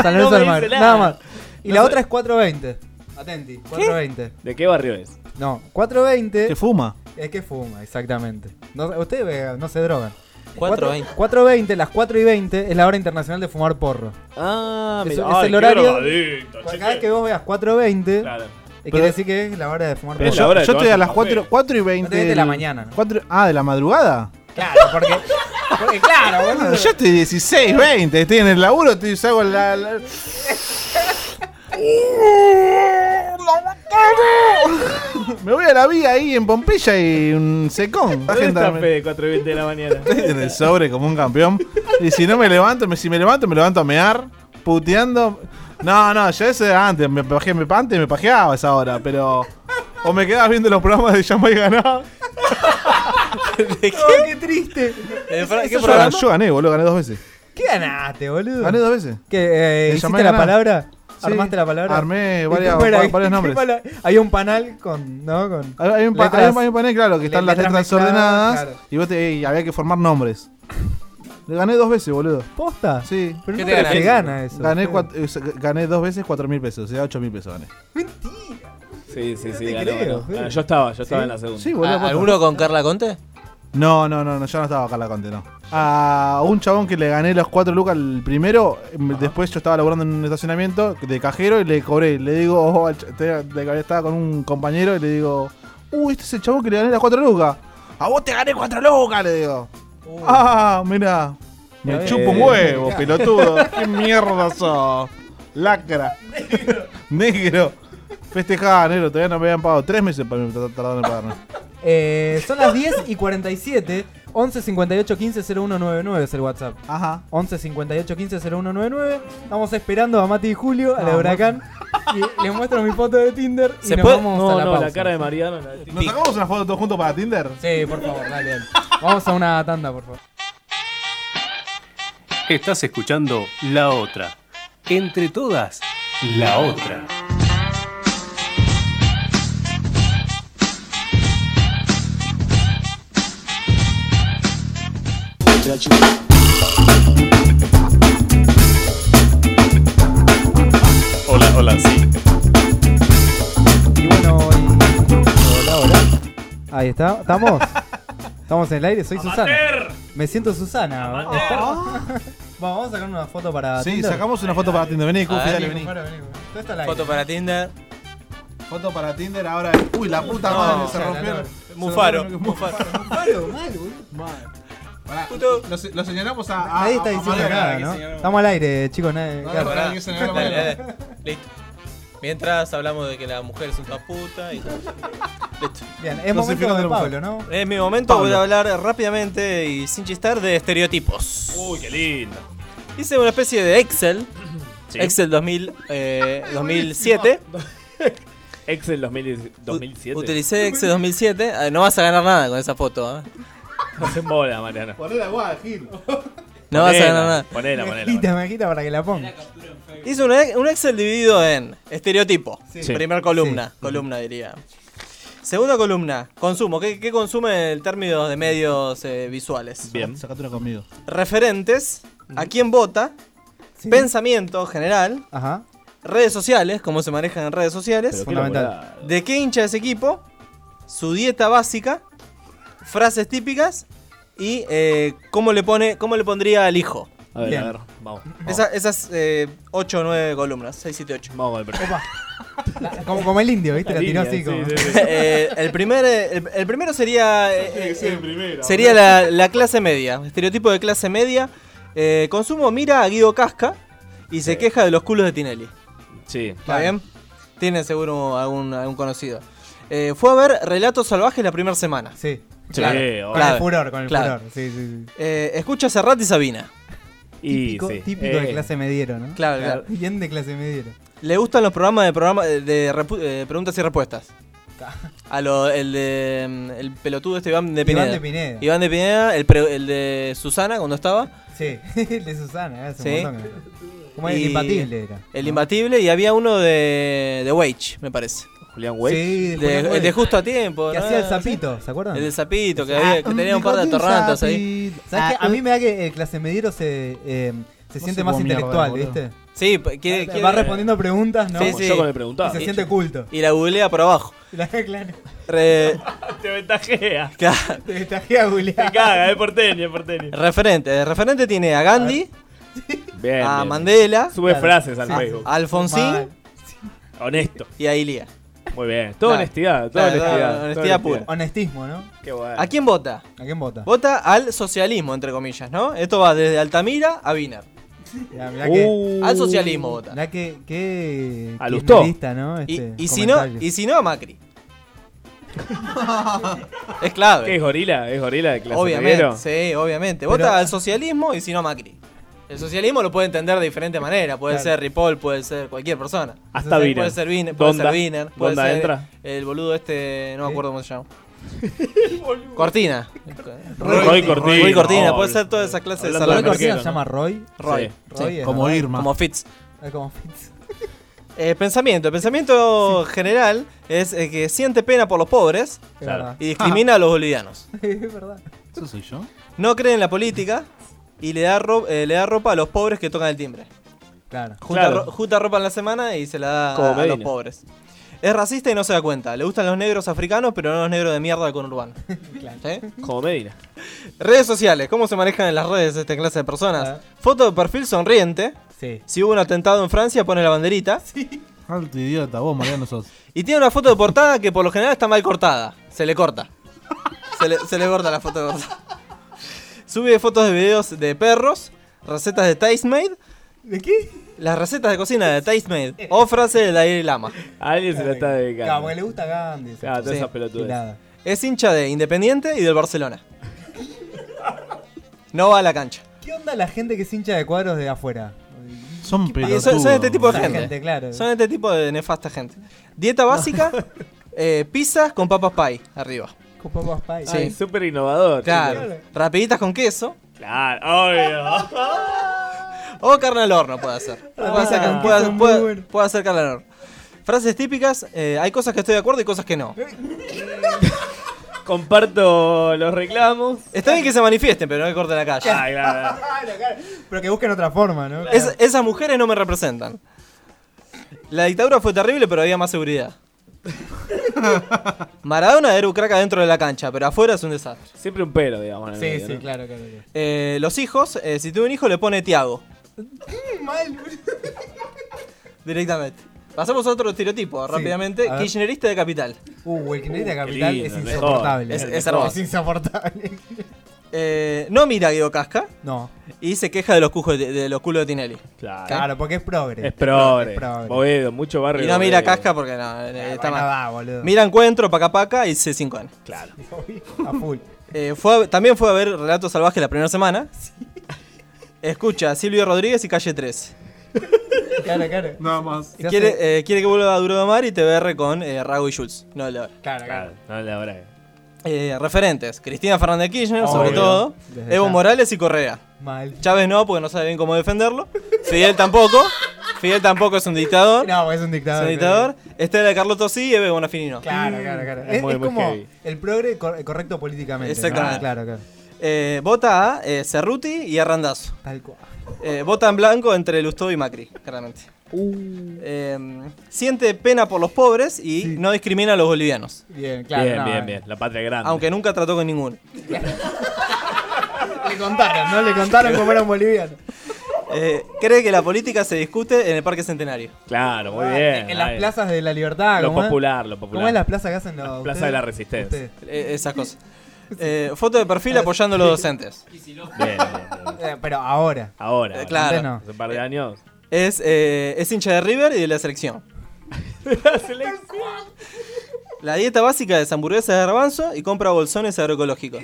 [SPEAKER 3] San
[SPEAKER 4] No
[SPEAKER 3] Lorenzo
[SPEAKER 4] me dice
[SPEAKER 3] de Almagro,
[SPEAKER 4] nada.
[SPEAKER 3] nada más. Y
[SPEAKER 4] No
[SPEAKER 3] la
[SPEAKER 4] sé.
[SPEAKER 3] otra es 420. Atenti, 420.
[SPEAKER 4] ¿De qué barrio es?
[SPEAKER 3] No, 420.
[SPEAKER 2] Que fuma.
[SPEAKER 3] Es que fuma, exactamente. No, ustedes vegan, no se drogan.
[SPEAKER 5] 4:20.
[SPEAKER 3] 4.20, las 4 y 20 es la hora internacional de fumar porro.
[SPEAKER 4] Ah,
[SPEAKER 3] es,
[SPEAKER 4] mira.
[SPEAKER 3] es
[SPEAKER 4] Ay,
[SPEAKER 3] el
[SPEAKER 4] qué
[SPEAKER 3] horario.
[SPEAKER 4] drogadicto,
[SPEAKER 3] Cada
[SPEAKER 4] che.
[SPEAKER 3] vez que vos veas 4.20,
[SPEAKER 4] Claro.
[SPEAKER 3] eh,
[SPEAKER 2] Pero-
[SPEAKER 3] quiere decir que es la hora de fumar
[SPEAKER 2] Pero
[SPEAKER 3] porro.
[SPEAKER 2] yo, yo estoy a las 4, y 20.
[SPEAKER 3] de la mañana, ¿no?
[SPEAKER 2] Cuatro- ah, de la madrugada.
[SPEAKER 3] Claro, porque. porque claro, boludo.
[SPEAKER 2] Ah, yo estoy 16, 20. Estoy en el laburo, estoy, hago la. la-
[SPEAKER 4] ¡Uh,
[SPEAKER 2] Me voy a la vía ahí en Pompeya y un secón.
[SPEAKER 4] ¿Dónde está
[SPEAKER 2] Gente-
[SPEAKER 4] Fede 4 y 20 de la mañana?
[SPEAKER 2] en el sobre como un campeón. Y si no me levanto, me- si me levanto, me levanto a mear, puteando. No, no, yo eso era antes, me pajé, me antes me pajeaba a esa hora, pero. O me quedabas viendo los programas de Llama y Ganá.
[SPEAKER 3] Oh, qué triste.
[SPEAKER 2] Eso yo, gané, yo gané, boludo, gané dos veces.
[SPEAKER 3] ¿Qué ganaste, boludo?
[SPEAKER 2] Gané dos veces.
[SPEAKER 3] ¿Qué, eh,
[SPEAKER 2] Le llamé
[SPEAKER 3] ¿Hiciste
[SPEAKER 2] a
[SPEAKER 3] la
[SPEAKER 2] ganar.
[SPEAKER 3] palabra?
[SPEAKER 2] Sí.
[SPEAKER 3] ¿Armaste la palabra?
[SPEAKER 2] Armé
[SPEAKER 3] ¿Y
[SPEAKER 2] varias-
[SPEAKER 3] cómo era?
[SPEAKER 2] va- varios
[SPEAKER 3] ¿Qué
[SPEAKER 2] nombres.
[SPEAKER 3] pala- Hay un panel con. ¿no? con
[SPEAKER 2] Hay un, pa-
[SPEAKER 3] letras-
[SPEAKER 2] hay un- hay un panel, claro, que están
[SPEAKER 3] le-
[SPEAKER 2] las letras
[SPEAKER 3] mezcladas,
[SPEAKER 2] ordenadas.
[SPEAKER 3] claro.
[SPEAKER 2] Y, vos te- y había que formar nombres. Le gané dos veces, boludo.
[SPEAKER 3] ¿Posta?
[SPEAKER 2] Sí.
[SPEAKER 3] Pero ¿Qué no te te ganaste? gana eso?
[SPEAKER 2] Gané,
[SPEAKER 3] Fede.
[SPEAKER 2] cuat- eh, sa- gané dos veces cuatro mil pesos, o sea, ocho mil pesos gané.
[SPEAKER 4] Sí, sí, sí.
[SPEAKER 2] te
[SPEAKER 4] ganó,
[SPEAKER 2] creo,
[SPEAKER 4] ganó.
[SPEAKER 2] Fede.
[SPEAKER 4] Ganó. Ah, Yo estaba, yo estaba
[SPEAKER 2] ¿Sí?
[SPEAKER 4] en la segunda.
[SPEAKER 3] Ah,
[SPEAKER 2] Sí, boludo,
[SPEAKER 5] ¿Alguno con Ah, Carla Conte?
[SPEAKER 2] No, no, no, no, ya no estaba acá la Conte, no. A un chabón que le gané los 4 lucas el primero, em, después yo estaba laburando en un estacionamiento de cajero y le cobré. Le digo, oh, al ch- te- de que estaba con un compañero y le digo, uy, este es el chabón que le gané las 4 lucas. A vos te gané 4 lucas, le digo. Ah, mira. Me
[SPEAKER 4] Eh,
[SPEAKER 2] chupo un huevo,
[SPEAKER 4] mirá.
[SPEAKER 2] pelotudo. ¿Qué mierda sos? Lacra. Negro. Festejá, negro. Todavía no me habían pagado. Tres meses para mí tardaron en pagarme.
[SPEAKER 3] Eh, son las 10 y 47. 11 58 15 0199 es el WhatsApp.
[SPEAKER 2] Ajá.
[SPEAKER 3] 11 58 15 0199. Estamos esperando a Mati y Julio, a la
[SPEAKER 4] Ah,
[SPEAKER 3] huracán. Y les muestro mi foto de Tinder y nos vamos
[SPEAKER 4] no,
[SPEAKER 3] a la
[SPEAKER 4] no,
[SPEAKER 3] pausa.
[SPEAKER 4] la cara de Mariano. La de
[SPEAKER 2] ¿Nos sacamos una foto todos juntos para Tinder?
[SPEAKER 3] Sí, por favor, dale, dale. Vamos a una tanda, por favor.
[SPEAKER 14] Estás escuchando La Otra. Entre todas, La Otra. Hola, hola, sí.
[SPEAKER 3] Y bueno, y- hola, hola. Ahí está, estamos. Estamos en el aire, soy Susana. Me siento Susana. Vamos a sacar una foto para
[SPEAKER 2] Sí,
[SPEAKER 3] Tinder.
[SPEAKER 2] sacamos una foto para Tinder. Vení, Cufi,
[SPEAKER 3] A ver,
[SPEAKER 2] dale, vení.
[SPEAKER 3] vení, Cufaro, vení. Todo está al aire.
[SPEAKER 5] Foto para Tinder.
[SPEAKER 2] Foto para Tinder ahora. Uy, la puta
[SPEAKER 5] No,
[SPEAKER 2] madre, se
[SPEAKER 5] ya,
[SPEAKER 2] rompió.
[SPEAKER 5] no, no.
[SPEAKER 2] se
[SPEAKER 5] Mufaro,
[SPEAKER 2] rompió-
[SPEAKER 5] mufaro.
[SPEAKER 2] Mufaro, mal, boludo. Mal. Pará, lo, se- lo señalamos a. a
[SPEAKER 3] Nadie está
[SPEAKER 2] Ah, a
[SPEAKER 3] diciendo
[SPEAKER 2] Mariano.
[SPEAKER 3] nada, ¿no? Estamos al aire, chicos. Nadie,
[SPEAKER 5] No,
[SPEAKER 3] claro.
[SPEAKER 5] pará.
[SPEAKER 2] hay que señalar la
[SPEAKER 5] Dale,
[SPEAKER 2] mano.
[SPEAKER 5] dale. Listo. Mientras hablamos de que la mujer es una puta y Listo.
[SPEAKER 3] Bien, es No se momento fijan de de la Pablo, mujer. ¿no?
[SPEAKER 5] Es mi momento,
[SPEAKER 3] Pablo.
[SPEAKER 5] voy a hablar rápidamente y sin chistar de estereotipos. Uy, qué lindo. Hice una especie de Excel.
[SPEAKER 4] Sí.
[SPEAKER 5] Excel 2000, eh, 2007.
[SPEAKER 4] Excel 2000 2007.
[SPEAKER 5] Utilicé Excel 2007. Ah, no vas a ganar nada con esa foto. ¿eh?
[SPEAKER 4] No se mola, Mariano.
[SPEAKER 2] Ponela guada, Gil.
[SPEAKER 5] No vas a ganar nada.
[SPEAKER 4] Ponela, ponela.
[SPEAKER 3] Majita, majita para que la ponga.
[SPEAKER 5] Hice un, e- un Excel dividido en estereotipo.
[SPEAKER 3] Sí.
[SPEAKER 5] Primer columna, columna diría. Segunda columna, consumo. ¿Qué, qué consume el término de medios eh, visuales?
[SPEAKER 2] Bien. Sacate una conmigo.
[SPEAKER 5] Referentes, a quién vota, pensamiento general,
[SPEAKER 3] Ajá.
[SPEAKER 5] redes sociales, cómo se manejan en redes sociales.
[SPEAKER 3] Pero qué Fundamental. laburada.
[SPEAKER 5] ¿De qué hincha es equipo? Su dieta básica, frases típicas y eh, cómo, le pone, cómo le pondría al hijo.
[SPEAKER 4] A ver,
[SPEAKER 5] Bien.
[SPEAKER 4] a ver, vamos.
[SPEAKER 3] Oh.
[SPEAKER 4] vamos.
[SPEAKER 5] Esa- esas 8 o 9 columnas, 6, 7, 8.
[SPEAKER 4] Vamos al
[SPEAKER 3] La- como, como el indio, ¿viste? La, tiró así. como.
[SPEAKER 5] Eh, el, primer, eh, el, el primero sería. eh, eh, eh,
[SPEAKER 4] primero,
[SPEAKER 5] sería la, la clase media. Estereotipo de clase media. Eh, consumo mira a Guido Casca y se queja de los culos de Tinelli.
[SPEAKER 4] Sí.
[SPEAKER 5] ¿Está bien? Tiene seguro algún, algún conocido. Eh, fue a ver Relatos Salvajes la primera semana.
[SPEAKER 3] Sí.
[SPEAKER 4] Sí, obvio. Con el
[SPEAKER 3] furor, con el
[SPEAKER 5] claro.
[SPEAKER 3] furor, sí, sí, sí.
[SPEAKER 5] Eh, escucha Serrat y Sabina.
[SPEAKER 3] Típico, típico
[SPEAKER 4] Eh,
[SPEAKER 3] de clase mediero, ¿no?
[SPEAKER 5] eh. Claro, claro.
[SPEAKER 3] Bien de clase mediero.
[SPEAKER 5] Le gustan los programas de programa de repu- eh, preguntas y respuestas. A lo, el de mm, el pelotudo este Iván de
[SPEAKER 3] Iván
[SPEAKER 5] Pineda.
[SPEAKER 3] de Pineda.
[SPEAKER 5] Iván de Pineda, el, pre- el de Susana cuando estaba.
[SPEAKER 3] Sí, el de Susana, hace
[SPEAKER 5] Sí.
[SPEAKER 3] un montón. que- Como el
[SPEAKER 5] Y-
[SPEAKER 3] imbatible era.
[SPEAKER 5] El imbatible y había uno de, de Wage, me parece.
[SPEAKER 4] Julián
[SPEAKER 3] Weich. Sí, de
[SPEAKER 5] de,
[SPEAKER 3] Julián
[SPEAKER 5] el
[SPEAKER 3] Weich.
[SPEAKER 5] de justo a tiempo.
[SPEAKER 3] Que
[SPEAKER 5] ¿no?
[SPEAKER 3] hacía el Ah, zapito, ¿se acuerdan?
[SPEAKER 5] El del zapito, que, había- que tenía un par de atorrantas
[SPEAKER 3] torrantas
[SPEAKER 5] ahí.
[SPEAKER 3] ¿Sabes
[SPEAKER 5] eh,
[SPEAKER 3] qué? A mí me da que el clase mediero se, eh, se siente
[SPEAKER 5] sé
[SPEAKER 3] más
[SPEAKER 5] vos, mierda,
[SPEAKER 3] intelectual,
[SPEAKER 5] boludo.
[SPEAKER 3] ¿viste?
[SPEAKER 5] Sí, pa- quiere-
[SPEAKER 3] Va
[SPEAKER 5] quiere-
[SPEAKER 3] respondiendo preguntas, ¿no?
[SPEAKER 5] Sí, sí.
[SPEAKER 3] Y se siente culto.
[SPEAKER 5] Y la googlea por abajo.
[SPEAKER 3] La claro.
[SPEAKER 5] Re-
[SPEAKER 4] Te ventajea.
[SPEAKER 5] Claro.
[SPEAKER 3] Te ventajea, Julián.
[SPEAKER 4] Te caga, es porteño, es porteño.
[SPEAKER 5] referente. El referente tiene a Gandhi,
[SPEAKER 4] Bien,
[SPEAKER 5] a
[SPEAKER 4] bien.
[SPEAKER 5] Mandela.
[SPEAKER 4] Sube frases al Facebook.
[SPEAKER 5] A Alfonsín
[SPEAKER 4] Mal. Honesto.
[SPEAKER 5] y a Ilia.
[SPEAKER 4] Muy bien. Toda
[SPEAKER 5] Claro.
[SPEAKER 4] honestidad, toda
[SPEAKER 5] Claro,
[SPEAKER 4] honestidad.
[SPEAKER 5] toda honestidad pura.
[SPEAKER 3] Honestismo, ¿no?
[SPEAKER 4] Qué bueno.
[SPEAKER 5] ¿A quién vota?
[SPEAKER 3] ¿A quién vota?
[SPEAKER 5] Vota al socialismo, entre comillas, ¿no? Esto va desde Altamira a Wiener.
[SPEAKER 3] Ya, mirá que-
[SPEAKER 4] Uh.
[SPEAKER 5] Al socialismo Uh, vota.
[SPEAKER 3] Mirá que, que
[SPEAKER 5] A Lustó.
[SPEAKER 3] kirchnerista, ¿no? Este,
[SPEAKER 5] y, y si no,
[SPEAKER 3] comentario.
[SPEAKER 5] y si no, a Macri. es clave.
[SPEAKER 4] ¿Qué es gorila? ¿Es gorila de clase
[SPEAKER 5] obviamente,
[SPEAKER 4] obrero?
[SPEAKER 5] sí, obviamente.
[SPEAKER 4] Pero-
[SPEAKER 5] Vota al socialismo y si no, a Macri. El socialismo lo puede entender de diferente manera. Puede
[SPEAKER 4] Claro.
[SPEAKER 5] ser Ripoll, puede ser cualquier persona.
[SPEAKER 4] Hasta Wiener.
[SPEAKER 5] Puede ser Wiener, puede
[SPEAKER 4] Donda.
[SPEAKER 5] ser Wiener, puede
[SPEAKER 4] Donda
[SPEAKER 5] ser
[SPEAKER 4] entra.
[SPEAKER 5] el boludo este, no me acuerdo cómo se llama. Cortina.
[SPEAKER 4] Roy Cortina.
[SPEAKER 5] Roy Cortina,
[SPEAKER 4] Oh,
[SPEAKER 5] puede ser toda esa clase de
[SPEAKER 4] hablando
[SPEAKER 5] salón.
[SPEAKER 4] de Cortina
[SPEAKER 3] se llama Roy.
[SPEAKER 5] Roy.
[SPEAKER 3] Sí.
[SPEAKER 5] Sí.
[SPEAKER 3] Roy es
[SPEAKER 5] Como
[SPEAKER 3] Roy.
[SPEAKER 5] Irma. Como Fitz.
[SPEAKER 3] Es como Fitz.
[SPEAKER 5] Eh, pensamiento. El pensamiento general es eh, que siente pena por los pobres
[SPEAKER 3] Es
[SPEAKER 4] Ah.
[SPEAKER 3] verdad.
[SPEAKER 5] y discrimina a los bolivianos.
[SPEAKER 3] es verdad.
[SPEAKER 2] ¿Eso soy yo?
[SPEAKER 5] No cree en la política y le da, ro- eh, le da ropa a los pobres que tocan el timbre.
[SPEAKER 3] Claro.
[SPEAKER 5] Junta, ro- junta ropa en la semana y se la da
[SPEAKER 4] Como
[SPEAKER 5] a, a los
[SPEAKER 4] Medina.
[SPEAKER 5] pobres. Es racista y no se da cuenta. Le gustan los negros africanos, pero no los negros de mierda con urbano. Como Medina. Redes sociales. ¿Cómo se manejan en las redes esta clase de personas?
[SPEAKER 4] Ah.
[SPEAKER 5] Foto de perfil sonriente.
[SPEAKER 2] Sí.
[SPEAKER 5] Si hubo un atentado en Francia, pone la banderita.
[SPEAKER 2] Alto idiota, vos, Mariano, sos.
[SPEAKER 5] Y tiene una foto de portada que por lo general está mal cortada. Se le corta. Se le, se le corta la foto de portada. Sube fotos de videos de perros, recetas de Tastemade.
[SPEAKER 15] ¿De qué?
[SPEAKER 5] Las recetas de cocina de Tastemade. O frase de Dalai Lama.
[SPEAKER 4] Alguien se la está dedicando.
[SPEAKER 3] porque le gusta Gandhi.
[SPEAKER 4] Ah, todas
[SPEAKER 5] Sí.
[SPEAKER 4] esas pelotudes.
[SPEAKER 5] Y nada. Es hincha de Independiente y del Barcelona. No va a la cancha.
[SPEAKER 3] ¿Qué onda la gente que se hincha de cuadros de afuera?
[SPEAKER 2] Son
[SPEAKER 5] Y son, son este tipo de
[SPEAKER 3] Esa
[SPEAKER 5] gente.
[SPEAKER 3] gente, claro.
[SPEAKER 5] Son este tipo de nefasta gente. Dieta básica, eh, pizzas con papas pie arriba.
[SPEAKER 3] Con papas pie.
[SPEAKER 5] Sí.
[SPEAKER 4] Ay, súper innovador.
[SPEAKER 5] Claro.
[SPEAKER 4] chicos.
[SPEAKER 5] Rapiditas con queso.
[SPEAKER 4] Claro, obvio.
[SPEAKER 5] O carne al horno puede hacer. Puede hacer,
[SPEAKER 4] Ah,
[SPEAKER 5] puede-
[SPEAKER 4] que son
[SPEAKER 5] puede- puede hacer carne al horno. Frases típicas, eh, hay cosas que estoy de acuerdo y cosas que no.
[SPEAKER 4] Comparto los reclamos.
[SPEAKER 5] Está bien que se manifiesten, pero no que corten la calle.
[SPEAKER 4] Ay, claro.
[SPEAKER 3] Pero que busquen otra forma, ¿no?
[SPEAKER 5] Es- esas mujeres no me representan. La dictadura fue terrible, pero había más seguridad. Maradona era un crack adentro de la cancha, pero afuera es un desastre.
[SPEAKER 4] Siempre un pero, digamos.
[SPEAKER 5] Sí, sí,
[SPEAKER 3] claro, claro.
[SPEAKER 5] Eh, los hijos, eh, si tuve un hijo, le pone Tiago.
[SPEAKER 3] Mal,
[SPEAKER 5] Directamente. Pasamos a otro estereotipo,
[SPEAKER 3] Sí,
[SPEAKER 5] rápidamente.
[SPEAKER 3] a ver.
[SPEAKER 5] Kirchnerista de capital.
[SPEAKER 3] Uh, el Kirchnerista de
[SPEAKER 5] Uh, qué
[SPEAKER 3] capital
[SPEAKER 5] lindo,
[SPEAKER 3] es
[SPEAKER 5] mejor.
[SPEAKER 3] insoportable.
[SPEAKER 5] Es- es hermoso.
[SPEAKER 3] Es insoportable.
[SPEAKER 5] Eh, no mira a Guido Casca.
[SPEAKER 3] No.
[SPEAKER 5] Y se queja de los, cujos- de, de los culos de Tinelli.
[SPEAKER 4] Claro.
[SPEAKER 3] Claro, porque es progre.
[SPEAKER 4] Es progre.
[SPEAKER 3] Es progre.
[SPEAKER 4] Boedo, mucho barrio.
[SPEAKER 5] Y no mira a
[SPEAKER 4] Boedo.
[SPEAKER 5] Casca porque no, eh, está
[SPEAKER 3] bueno,
[SPEAKER 5] mal.
[SPEAKER 3] va, boludo.
[SPEAKER 5] Mira Encuentro, Paca Paca y C5 n
[SPEAKER 4] Claro.
[SPEAKER 3] A full.
[SPEAKER 5] Eh, fue a- también fue a ver Relatos Salvajes la primera semana. Escucha, Silvio Rodríguez y Calle 3.
[SPEAKER 3] Claro, claro.
[SPEAKER 2] Nada más.
[SPEAKER 3] Se
[SPEAKER 5] Quiere,
[SPEAKER 3] hace-
[SPEAKER 5] eh, quiere que vuelva a Duro de Mar y TBR con eh, Rago y Schultz. No la
[SPEAKER 3] Claro,
[SPEAKER 4] claro. No, la verdad.
[SPEAKER 5] Eh, referentes. Cristina Fernández de Kirchner,
[SPEAKER 4] Obvio.
[SPEAKER 5] sobre todo.
[SPEAKER 4] Desde
[SPEAKER 5] Evo
[SPEAKER 4] ya.
[SPEAKER 5] Morales y Correa.
[SPEAKER 3] Mal.
[SPEAKER 5] Chávez no, porque no sabe bien cómo defenderlo. Fidel tampoco. Fidel tampoco es un dictador.
[SPEAKER 3] No, porque es un
[SPEAKER 5] Es
[SPEAKER 3] dictador.
[SPEAKER 5] un dictador. Estela de Carlotto sí y Eve Bonafini no.
[SPEAKER 3] Claro, claro, claro. Es, es como el progre cor- correcto políticamente.
[SPEAKER 5] Exactamente.
[SPEAKER 3] ¿no? Claro, claro.
[SPEAKER 5] Eh, vota a eh, Cerruti y a Randazzo.
[SPEAKER 3] Tal cual.
[SPEAKER 5] Eh, vota en blanco entre Lustó y Macri, claramente. Eh, siente pena por los pobres y no discrimina a los bolivianos.
[SPEAKER 3] Bien, claro.
[SPEAKER 4] bien,
[SPEAKER 5] no,
[SPEAKER 4] bien,
[SPEAKER 5] eh.
[SPEAKER 4] bien. La patria grande.
[SPEAKER 5] Aunque nunca trató con ninguno.
[SPEAKER 3] Le contaron, ¿no? Le contaron cómo era un boliviano.
[SPEAKER 5] Eh, cree que la política se discute en el Parque Centenario.
[SPEAKER 4] Claro,
[SPEAKER 5] Ah,
[SPEAKER 4] muy bien.
[SPEAKER 3] En las
[SPEAKER 4] ahí.
[SPEAKER 3] plazas de la libertad.
[SPEAKER 5] Lo
[SPEAKER 3] ¿cómo es?
[SPEAKER 5] popular, lo popular.
[SPEAKER 3] ¿Cómo es las plazas que hacen los.
[SPEAKER 5] Plaza
[SPEAKER 3] ustedes?
[SPEAKER 5] de la Resistencia.
[SPEAKER 3] Ustedes.
[SPEAKER 5] Eh, esas cosas. Eh, foto de perfil apoyando a los docentes.
[SPEAKER 4] Bien, bien.
[SPEAKER 3] Eh, pero ahora.
[SPEAKER 4] Ahora.
[SPEAKER 5] Eh,
[SPEAKER 4] ahora.
[SPEAKER 5] claro.
[SPEAKER 4] Hace un par de años.
[SPEAKER 5] Es, eh, es hincha de River y de la selección. La dieta básica es hamburguesas de garbanzo y compra bolsones agroecológicos.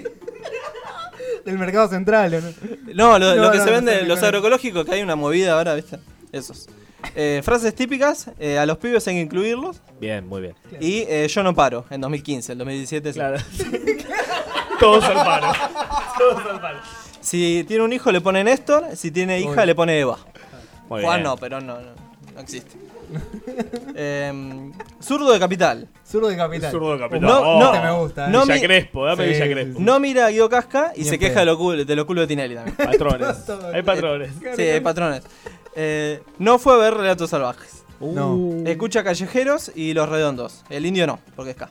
[SPEAKER 3] Del mercado central, ¿o ¿no?
[SPEAKER 5] No, lo,
[SPEAKER 3] No,
[SPEAKER 5] lo que
[SPEAKER 3] no,
[SPEAKER 5] se
[SPEAKER 3] no
[SPEAKER 5] vende,
[SPEAKER 3] sé qué
[SPEAKER 5] los
[SPEAKER 3] cosa.
[SPEAKER 5] agroecológicos, que hay una movida ahora, ¿viste? Esos. Eh, frases típicas, eh, a los pibes hay que incluirlos.
[SPEAKER 4] Bien, muy bien.
[SPEAKER 5] Y eh, yo no paro, en 2015, en 2017. sí.
[SPEAKER 4] Todos al paro. Todos al paro.
[SPEAKER 5] Si tiene un hijo le pone Néstor, si tiene hija
[SPEAKER 4] Uy.
[SPEAKER 5] le pone Eva.
[SPEAKER 4] Muy
[SPEAKER 5] Juan
[SPEAKER 4] bien.
[SPEAKER 5] no, pero no, no, no existe. Em, zurdo de capital.
[SPEAKER 3] Zurdo de capital.
[SPEAKER 4] Zurdo de capital.
[SPEAKER 5] No,
[SPEAKER 4] Oh.
[SPEAKER 5] no,
[SPEAKER 4] Este me gusta, eh.
[SPEAKER 5] no
[SPEAKER 4] Villa
[SPEAKER 5] mi-
[SPEAKER 4] Crespo, dame Villa Crespo.
[SPEAKER 5] No mira a Guido Casca y
[SPEAKER 4] Ni
[SPEAKER 5] se
[SPEAKER 4] en
[SPEAKER 5] queja
[SPEAKER 4] pedo.
[SPEAKER 5] de los culos de, los culos de Tinelli también.
[SPEAKER 4] Patrones. Hay patrones.
[SPEAKER 5] Sí, hay patrones. Eh, no fue a ver Relatos Salvajes.
[SPEAKER 3] Uh,
[SPEAKER 5] Uh.
[SPEAKER 3] No.
[SPEAKER 5] Escucha Callejeros y Los Redondos. El indio no, porque es K.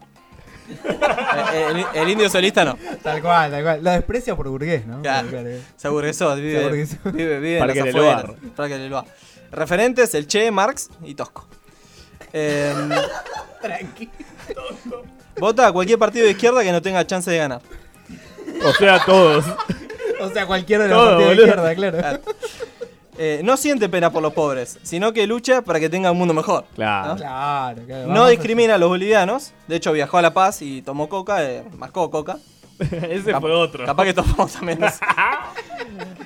[SPEAKER 5] Eh, el, el indio solista no.
[SPEAKER 3] Tal cual, tal cual. Lo desprecia por burgués, ¿no? eh. Claro. claro.
[SPEAKER 5] Se aburguesó,
[SPEAKER 3] Se
[SPEAKER 5] vive,
[SPEAKER 3] aburguesó.
[SPEAKER 5] vive, vive en
[SPEAKER 3] Parque
[SPEAKER 5] las
[SPEAKER 3] del
[SPEAKER 5] afueras.
[SPEAKER 3] Luar.
[SPEAKER 5] Parque del Luar. Referentes, el Che, Marx y Tosco. Eh,
[SPEAKER 3] Tranqui.
[SPEAKER 5] vota a cualquier partido de izquierda que no tenga chance de ganar.
[SPEAKER 4] O sea, todos.
[SPEAKER 3] O sea, cualquiera de los
[SPEAKER 5] Todo,
[SPEAKER 3] partidos de
[SPEAKER 5] boludo.
[SPEAKER 3] izquierda, claro.
[SPEAKER 5] Eh, no siente pena por los pobres, sino que lucha para que tenga un mundo mejor.
[SPEAKER 4] Claro.
[SPEAKER 3] Claro, claro.
[SPEAKER 5] No
[SPEAKER 3] vamos.
[SPEAKER 5] discrimina a los bolivianos. De hecho, viajó a La Paz y tomó coca, eh, mascó coca.
[SPEAKER 4] Ese
[SPEAKER 5] Cap-
[SPEAKER 4] Este fue otro.
[SPEAKER 5] Capaz que tomamos también. eso.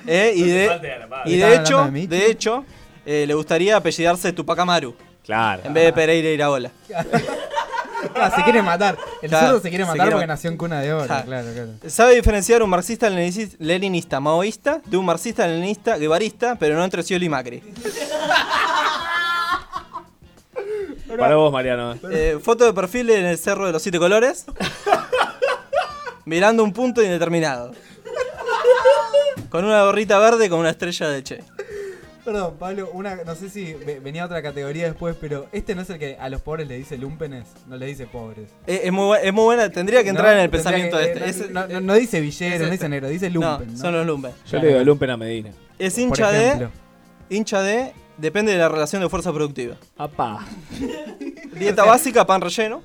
[SPEAKER 5] Eh, y
[SPEAKER 4] No te
[SPEAKER 5] de,
[SPEAKER 4] faltes a la madre.
[SPEAKER 5] y de
[SPEAKER 4] ¿Estás
[SPEAKER 5] hecho,
[SPEAKER 4] hablando de Michi?
[SPEAKER 5] de hecho eh, le gustaría apellidarse Tupac Amaru.
[SPEAKER 4] Claro.
[SPEAKER 5] En vez de Pereira Iraola.
[SPEAKER 3] Ah, se quiere matar. El
[SPEAKER 5] Claro,
[SPEAKER 3] zurdo se quiere
[SPEAKER 5] se
[SPEAKER 3] matar
[SPEAKER 5] quiere
[SPEAKER 3] porque
[SPEAKER 5] matar.
[SPEAKER 3] nació en cuna de oro.
[SPEAKER 5] Claro.
[SPEAKER 3] Claro, claro.
[SPEAKER 5] Sabe diferenciar un marxista leninici- leninista maoísta de un marxista leninista guevarista, pero no entre Scioli y Macri.
[SPEAKER 4] Para vos, Mariano.
[SPEAKER 5] Eh, foto de perfil en el cerro de los siete colores. mirando un punto indeterminado. Con una gorrita verde con una estrella de che.
[SPEAKER 3] Perdón, Pablo, una, no sé si ve- venía otra categoría después, pero este no es el que a los pobres le dice lumpenes, no le dice pobres.
[SPEAKER 5] Eh, Es, es muy, bu- es muy buena, tendría que entrar en
[SPEAKER 3] No,
[SPEAKER 5] el
[SPEAKER 3] tendría
[SPEAKER 5] pensamiento
[SPEAKER 3] que-
[SPEAKER 5] de este.
[SPEAKER 3] eh,
[SPEAKER 5] Es-
[SPEAKER 3] no, no- no dice villero,
[SPEAKER 5] es
[SPEAKER 3] no
[SPEAKER 5] este.
[SPEAKER 3] dice negro, dice lumpen.
[SPEAKER 5] No,
[SPEAKER 3] ¿no?
[SPEAKER 5] son los lumpen.
[SPEAKER 4] Yo le digo lumpen a Medina.
[SPEAKER 5] Es
[SPEAKER 3] Por
[SPEAKER 5] hincha de.
[SPEAKER 3] ejemplo.
[SPEAKER 5] Hincha de. Depende de la relación de fuerza productiva.
[SPEAKER 4] Apa.
[SPEAKER 5] Dieta básica, pan relleno.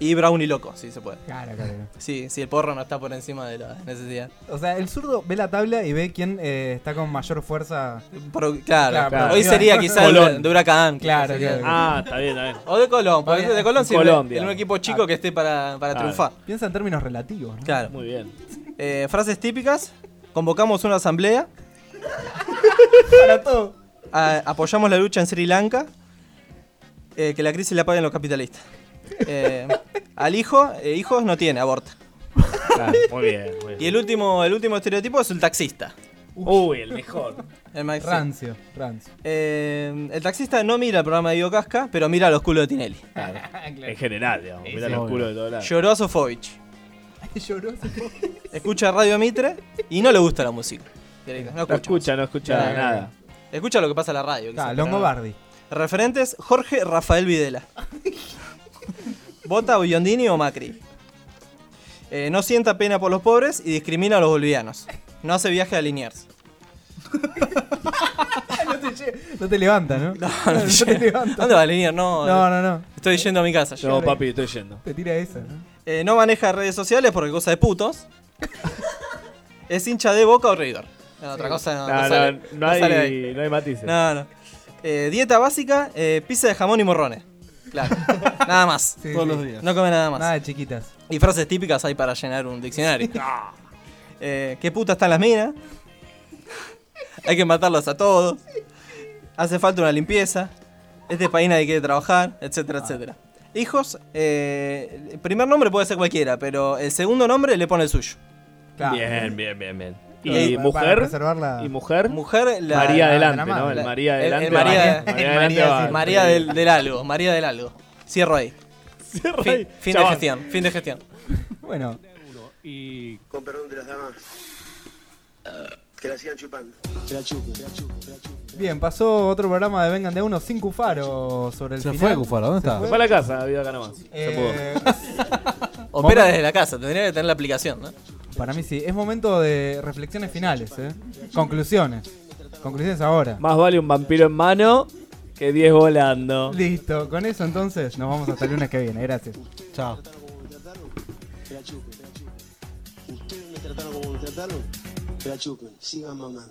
[SPEAKER 5] Y brownie loco, si se puede.
[SPEAKER 3] Claro, claro.
[SPEAKER 5] Sí, sí, el porro no está por encima de la necesidad.
[SPEAKER 3] O sea, el zurdo ve la tabla y ve quién eh, está con mayor fuerza.
[SPEAKER 5] Pro- claro, hoy sería quizás de, de Huracán.
[SPEAKER 3] Claro,
[SPEAKER 5] Sería-
[SPEAKER 3] claro.
[SPEAKER 5] Ah, está bien, está bien. O de Colón, porque de Colón sirve
[SPEAKER 3] Colón,
[SPEAKER 5] en un
[SPEAKER 3] digamos.
[SPEAKER 5] equipo chico que esté para, para
[SPEAKER 3] Claro.
[SPEAKER 5] triunfar.
[SPEAKER 3] Piensa en términos relativos, ¿no?
[SPEAKER 5] Claro.
[SPEAKER 4] Muy bien.
[SPEAKER 5] Eh, frases típicas. Convocamos una asamblea.
[SPEAKER 3] Para todo.
[SPEAKER 5] a- apoyamos la lucha en Sri Lanka. eh, que la crisis la paguen los capitalistas. Eh, al hijo, eh, hijos no tiene, aborta.
[SPEAKER 4] muy bien, muy bien.
[SPEAKER 5] Y el último, el último estereotipo es el taxista.
[SPEAKER 4] Uy, el mejor.
[SPEAKER 5] El Mike Sim.
[SPEAKER 3] Rancio, rancio.
[SPEAKER 5] Eh, el taxista no mira el programa de Ivo Casca, pero mira los culos de Tinelli.
[SPEAKER 4] En general, digamos. Mira
[SPEAKER 5] sí.
[SPEAKER 4] los culos de todos lados.
[SPEAKER 5] Lloró a Sofovich. Escucha Radio Mitre y no le gusta la música. Directo, No
[SPEAKER 4] No
[SPEAKER 5] escucha.
[SPEAKER 4] escucha, no escucha
[SPEAKER 5] Claro, claro.
[SPEAKER 4] nada.
[SPEAKER 5] Escucha lo que pasa en la radio.
[SPEAKER 3] Claro,
[SPEAKER 5] quizás,
[SPEAKER 3] Longobardi.
[SPEAKER 5] pero no. Referentes, Jorge Rafael Videla. Vota Biondini o Macri. Eh, no sienta pena por los pobres y discrimina a los bolivianos. No hace viaje a Liniers.
[SPEAKER 3] no, te, lle- no te levanta, ¿no? No,
[SPEAKER 5] no te llega. ¿Dónde va Liniers? No,
[SPEAKER 3] No, no, no.
[SPEAKER 5] Estoy yendo a mi casa.
[SPEAKER 4] No, papi, estoy yendo.
[SPEAKER 3] Te tira esa, ¿no?
[SPEAKER 5] Eh, no maneja redes sociales porque cosa de putos. es hincha de boca o River. No, otra cosa no.
[SPEAKER 4] No, no,
[SPEAKER 5] sale-
[SPEAKER 4] no
[SPEAKER 5] no
[SPEAKER 4] hay-
[SPEAKER 5] sale de ahí.
[SPEAKER 4] no hay matices.
[SPEAKER 5] No, no. Eh, dieta básica, eh, pizza de jamón y morrones. Claro. nada más.
[SPEAKER 3] Sí,
[SPEAKER 5] Todos
[SPEAKER 3] sí.
[SPEAKER 5] los días. No come nada más.
[SPEAKER 3] Nada de chiquitas.
[SPEAKER 5] Y frases típicas hay para llenar un diccionario. Eh, ¿Qué puta están las minas? hay que matarlos a todos. Hace falta una limpieza. Este país nadie quiere trabajar, etcétera,
[SPEAKER 4] Ah.
[SPEAKER 5] etcétera. Hijos, eh, el primer nombre puede ser cualquiera, pero el segundo nombre le pone el suyo.
[SPEAKER 3] Claro.
[SPEAKER 4] Bien, bien, bien, bien.
[SPEAKER 5] Y
[SPEAKER 4] Y
[SPEAKER 5] para
[SPEAKER 4] mujer.
[SPEAKER 3] preservar la-
[SPEAKER 4] Y mujer.
[SPEAKER 5] Mujer, la-
[SPEAKER 4] María
[SPEAKER 5] la-
[SPEAKER 4] adelante,
[SPEAKER 5] la-
[SPEAKER 4] ¿no? El
[SPEAKER 5] la-
[SPEAKER 4] María
[SPEAKER 5] el-
[SPEAKER 4] adelante.
[SPEAKER 5] el María-
[SPEAKER 4] va. ¿eh?
[SPEAKER 5] el
[SPEAKER 4] María
[SPEAKER 5] María,
[SPEAKER 4] adelante va.
[SPEAKER 5] sí, María del, del algo, María del algo. Cierro ahí.
[SPEAKER 4] Cierro
[SPEAKER 5] fin,
[SPEAKER 4] ahí.
[SPEAKER 5] Fin de
[SPEAKER 4] Chabón.
[SPEAKER 5] gestión, fin de gestión.
[SPEAKER 3] Bueno.
[SPEAKER 16] Y
[SPEAKER 17] Con perdón de las damas. Que la sigan chupando.
[SPEAKER 3] Bien, pasó otro programa de Vengan de a Uno sin Cufaro sobre el
[SPEAKER 18] Se
[SPEAKER 3] final.
[SPEAKER 18] fue Cufaro, ¿dónde está?
[SPEAKER 4] Se fue a la casa, ha habido acá nomás.
[SPEAKER 3] Eh,
[SPEAKER 4] Se pudo.
[SPEAKER 5] Opera desde la casa, tendría que tener la aplicación, ¿no?
[SPEAKER 3] Para mí sí. Es momento de reflexiones finales, ¿eh? Conclusiones. Conclusiones ahora.
[SPEAKER 4] Más vale un vampiro en mano que 10 volando.
[SPEAKER 3] Listo, con eso entonces nos vamos hasta el lunes que viene. Gracias. Chao.
[SPEAKER 17] Que la chupen. Ustedes me trataron como me trataron. Que la chupen. Sigan mamando.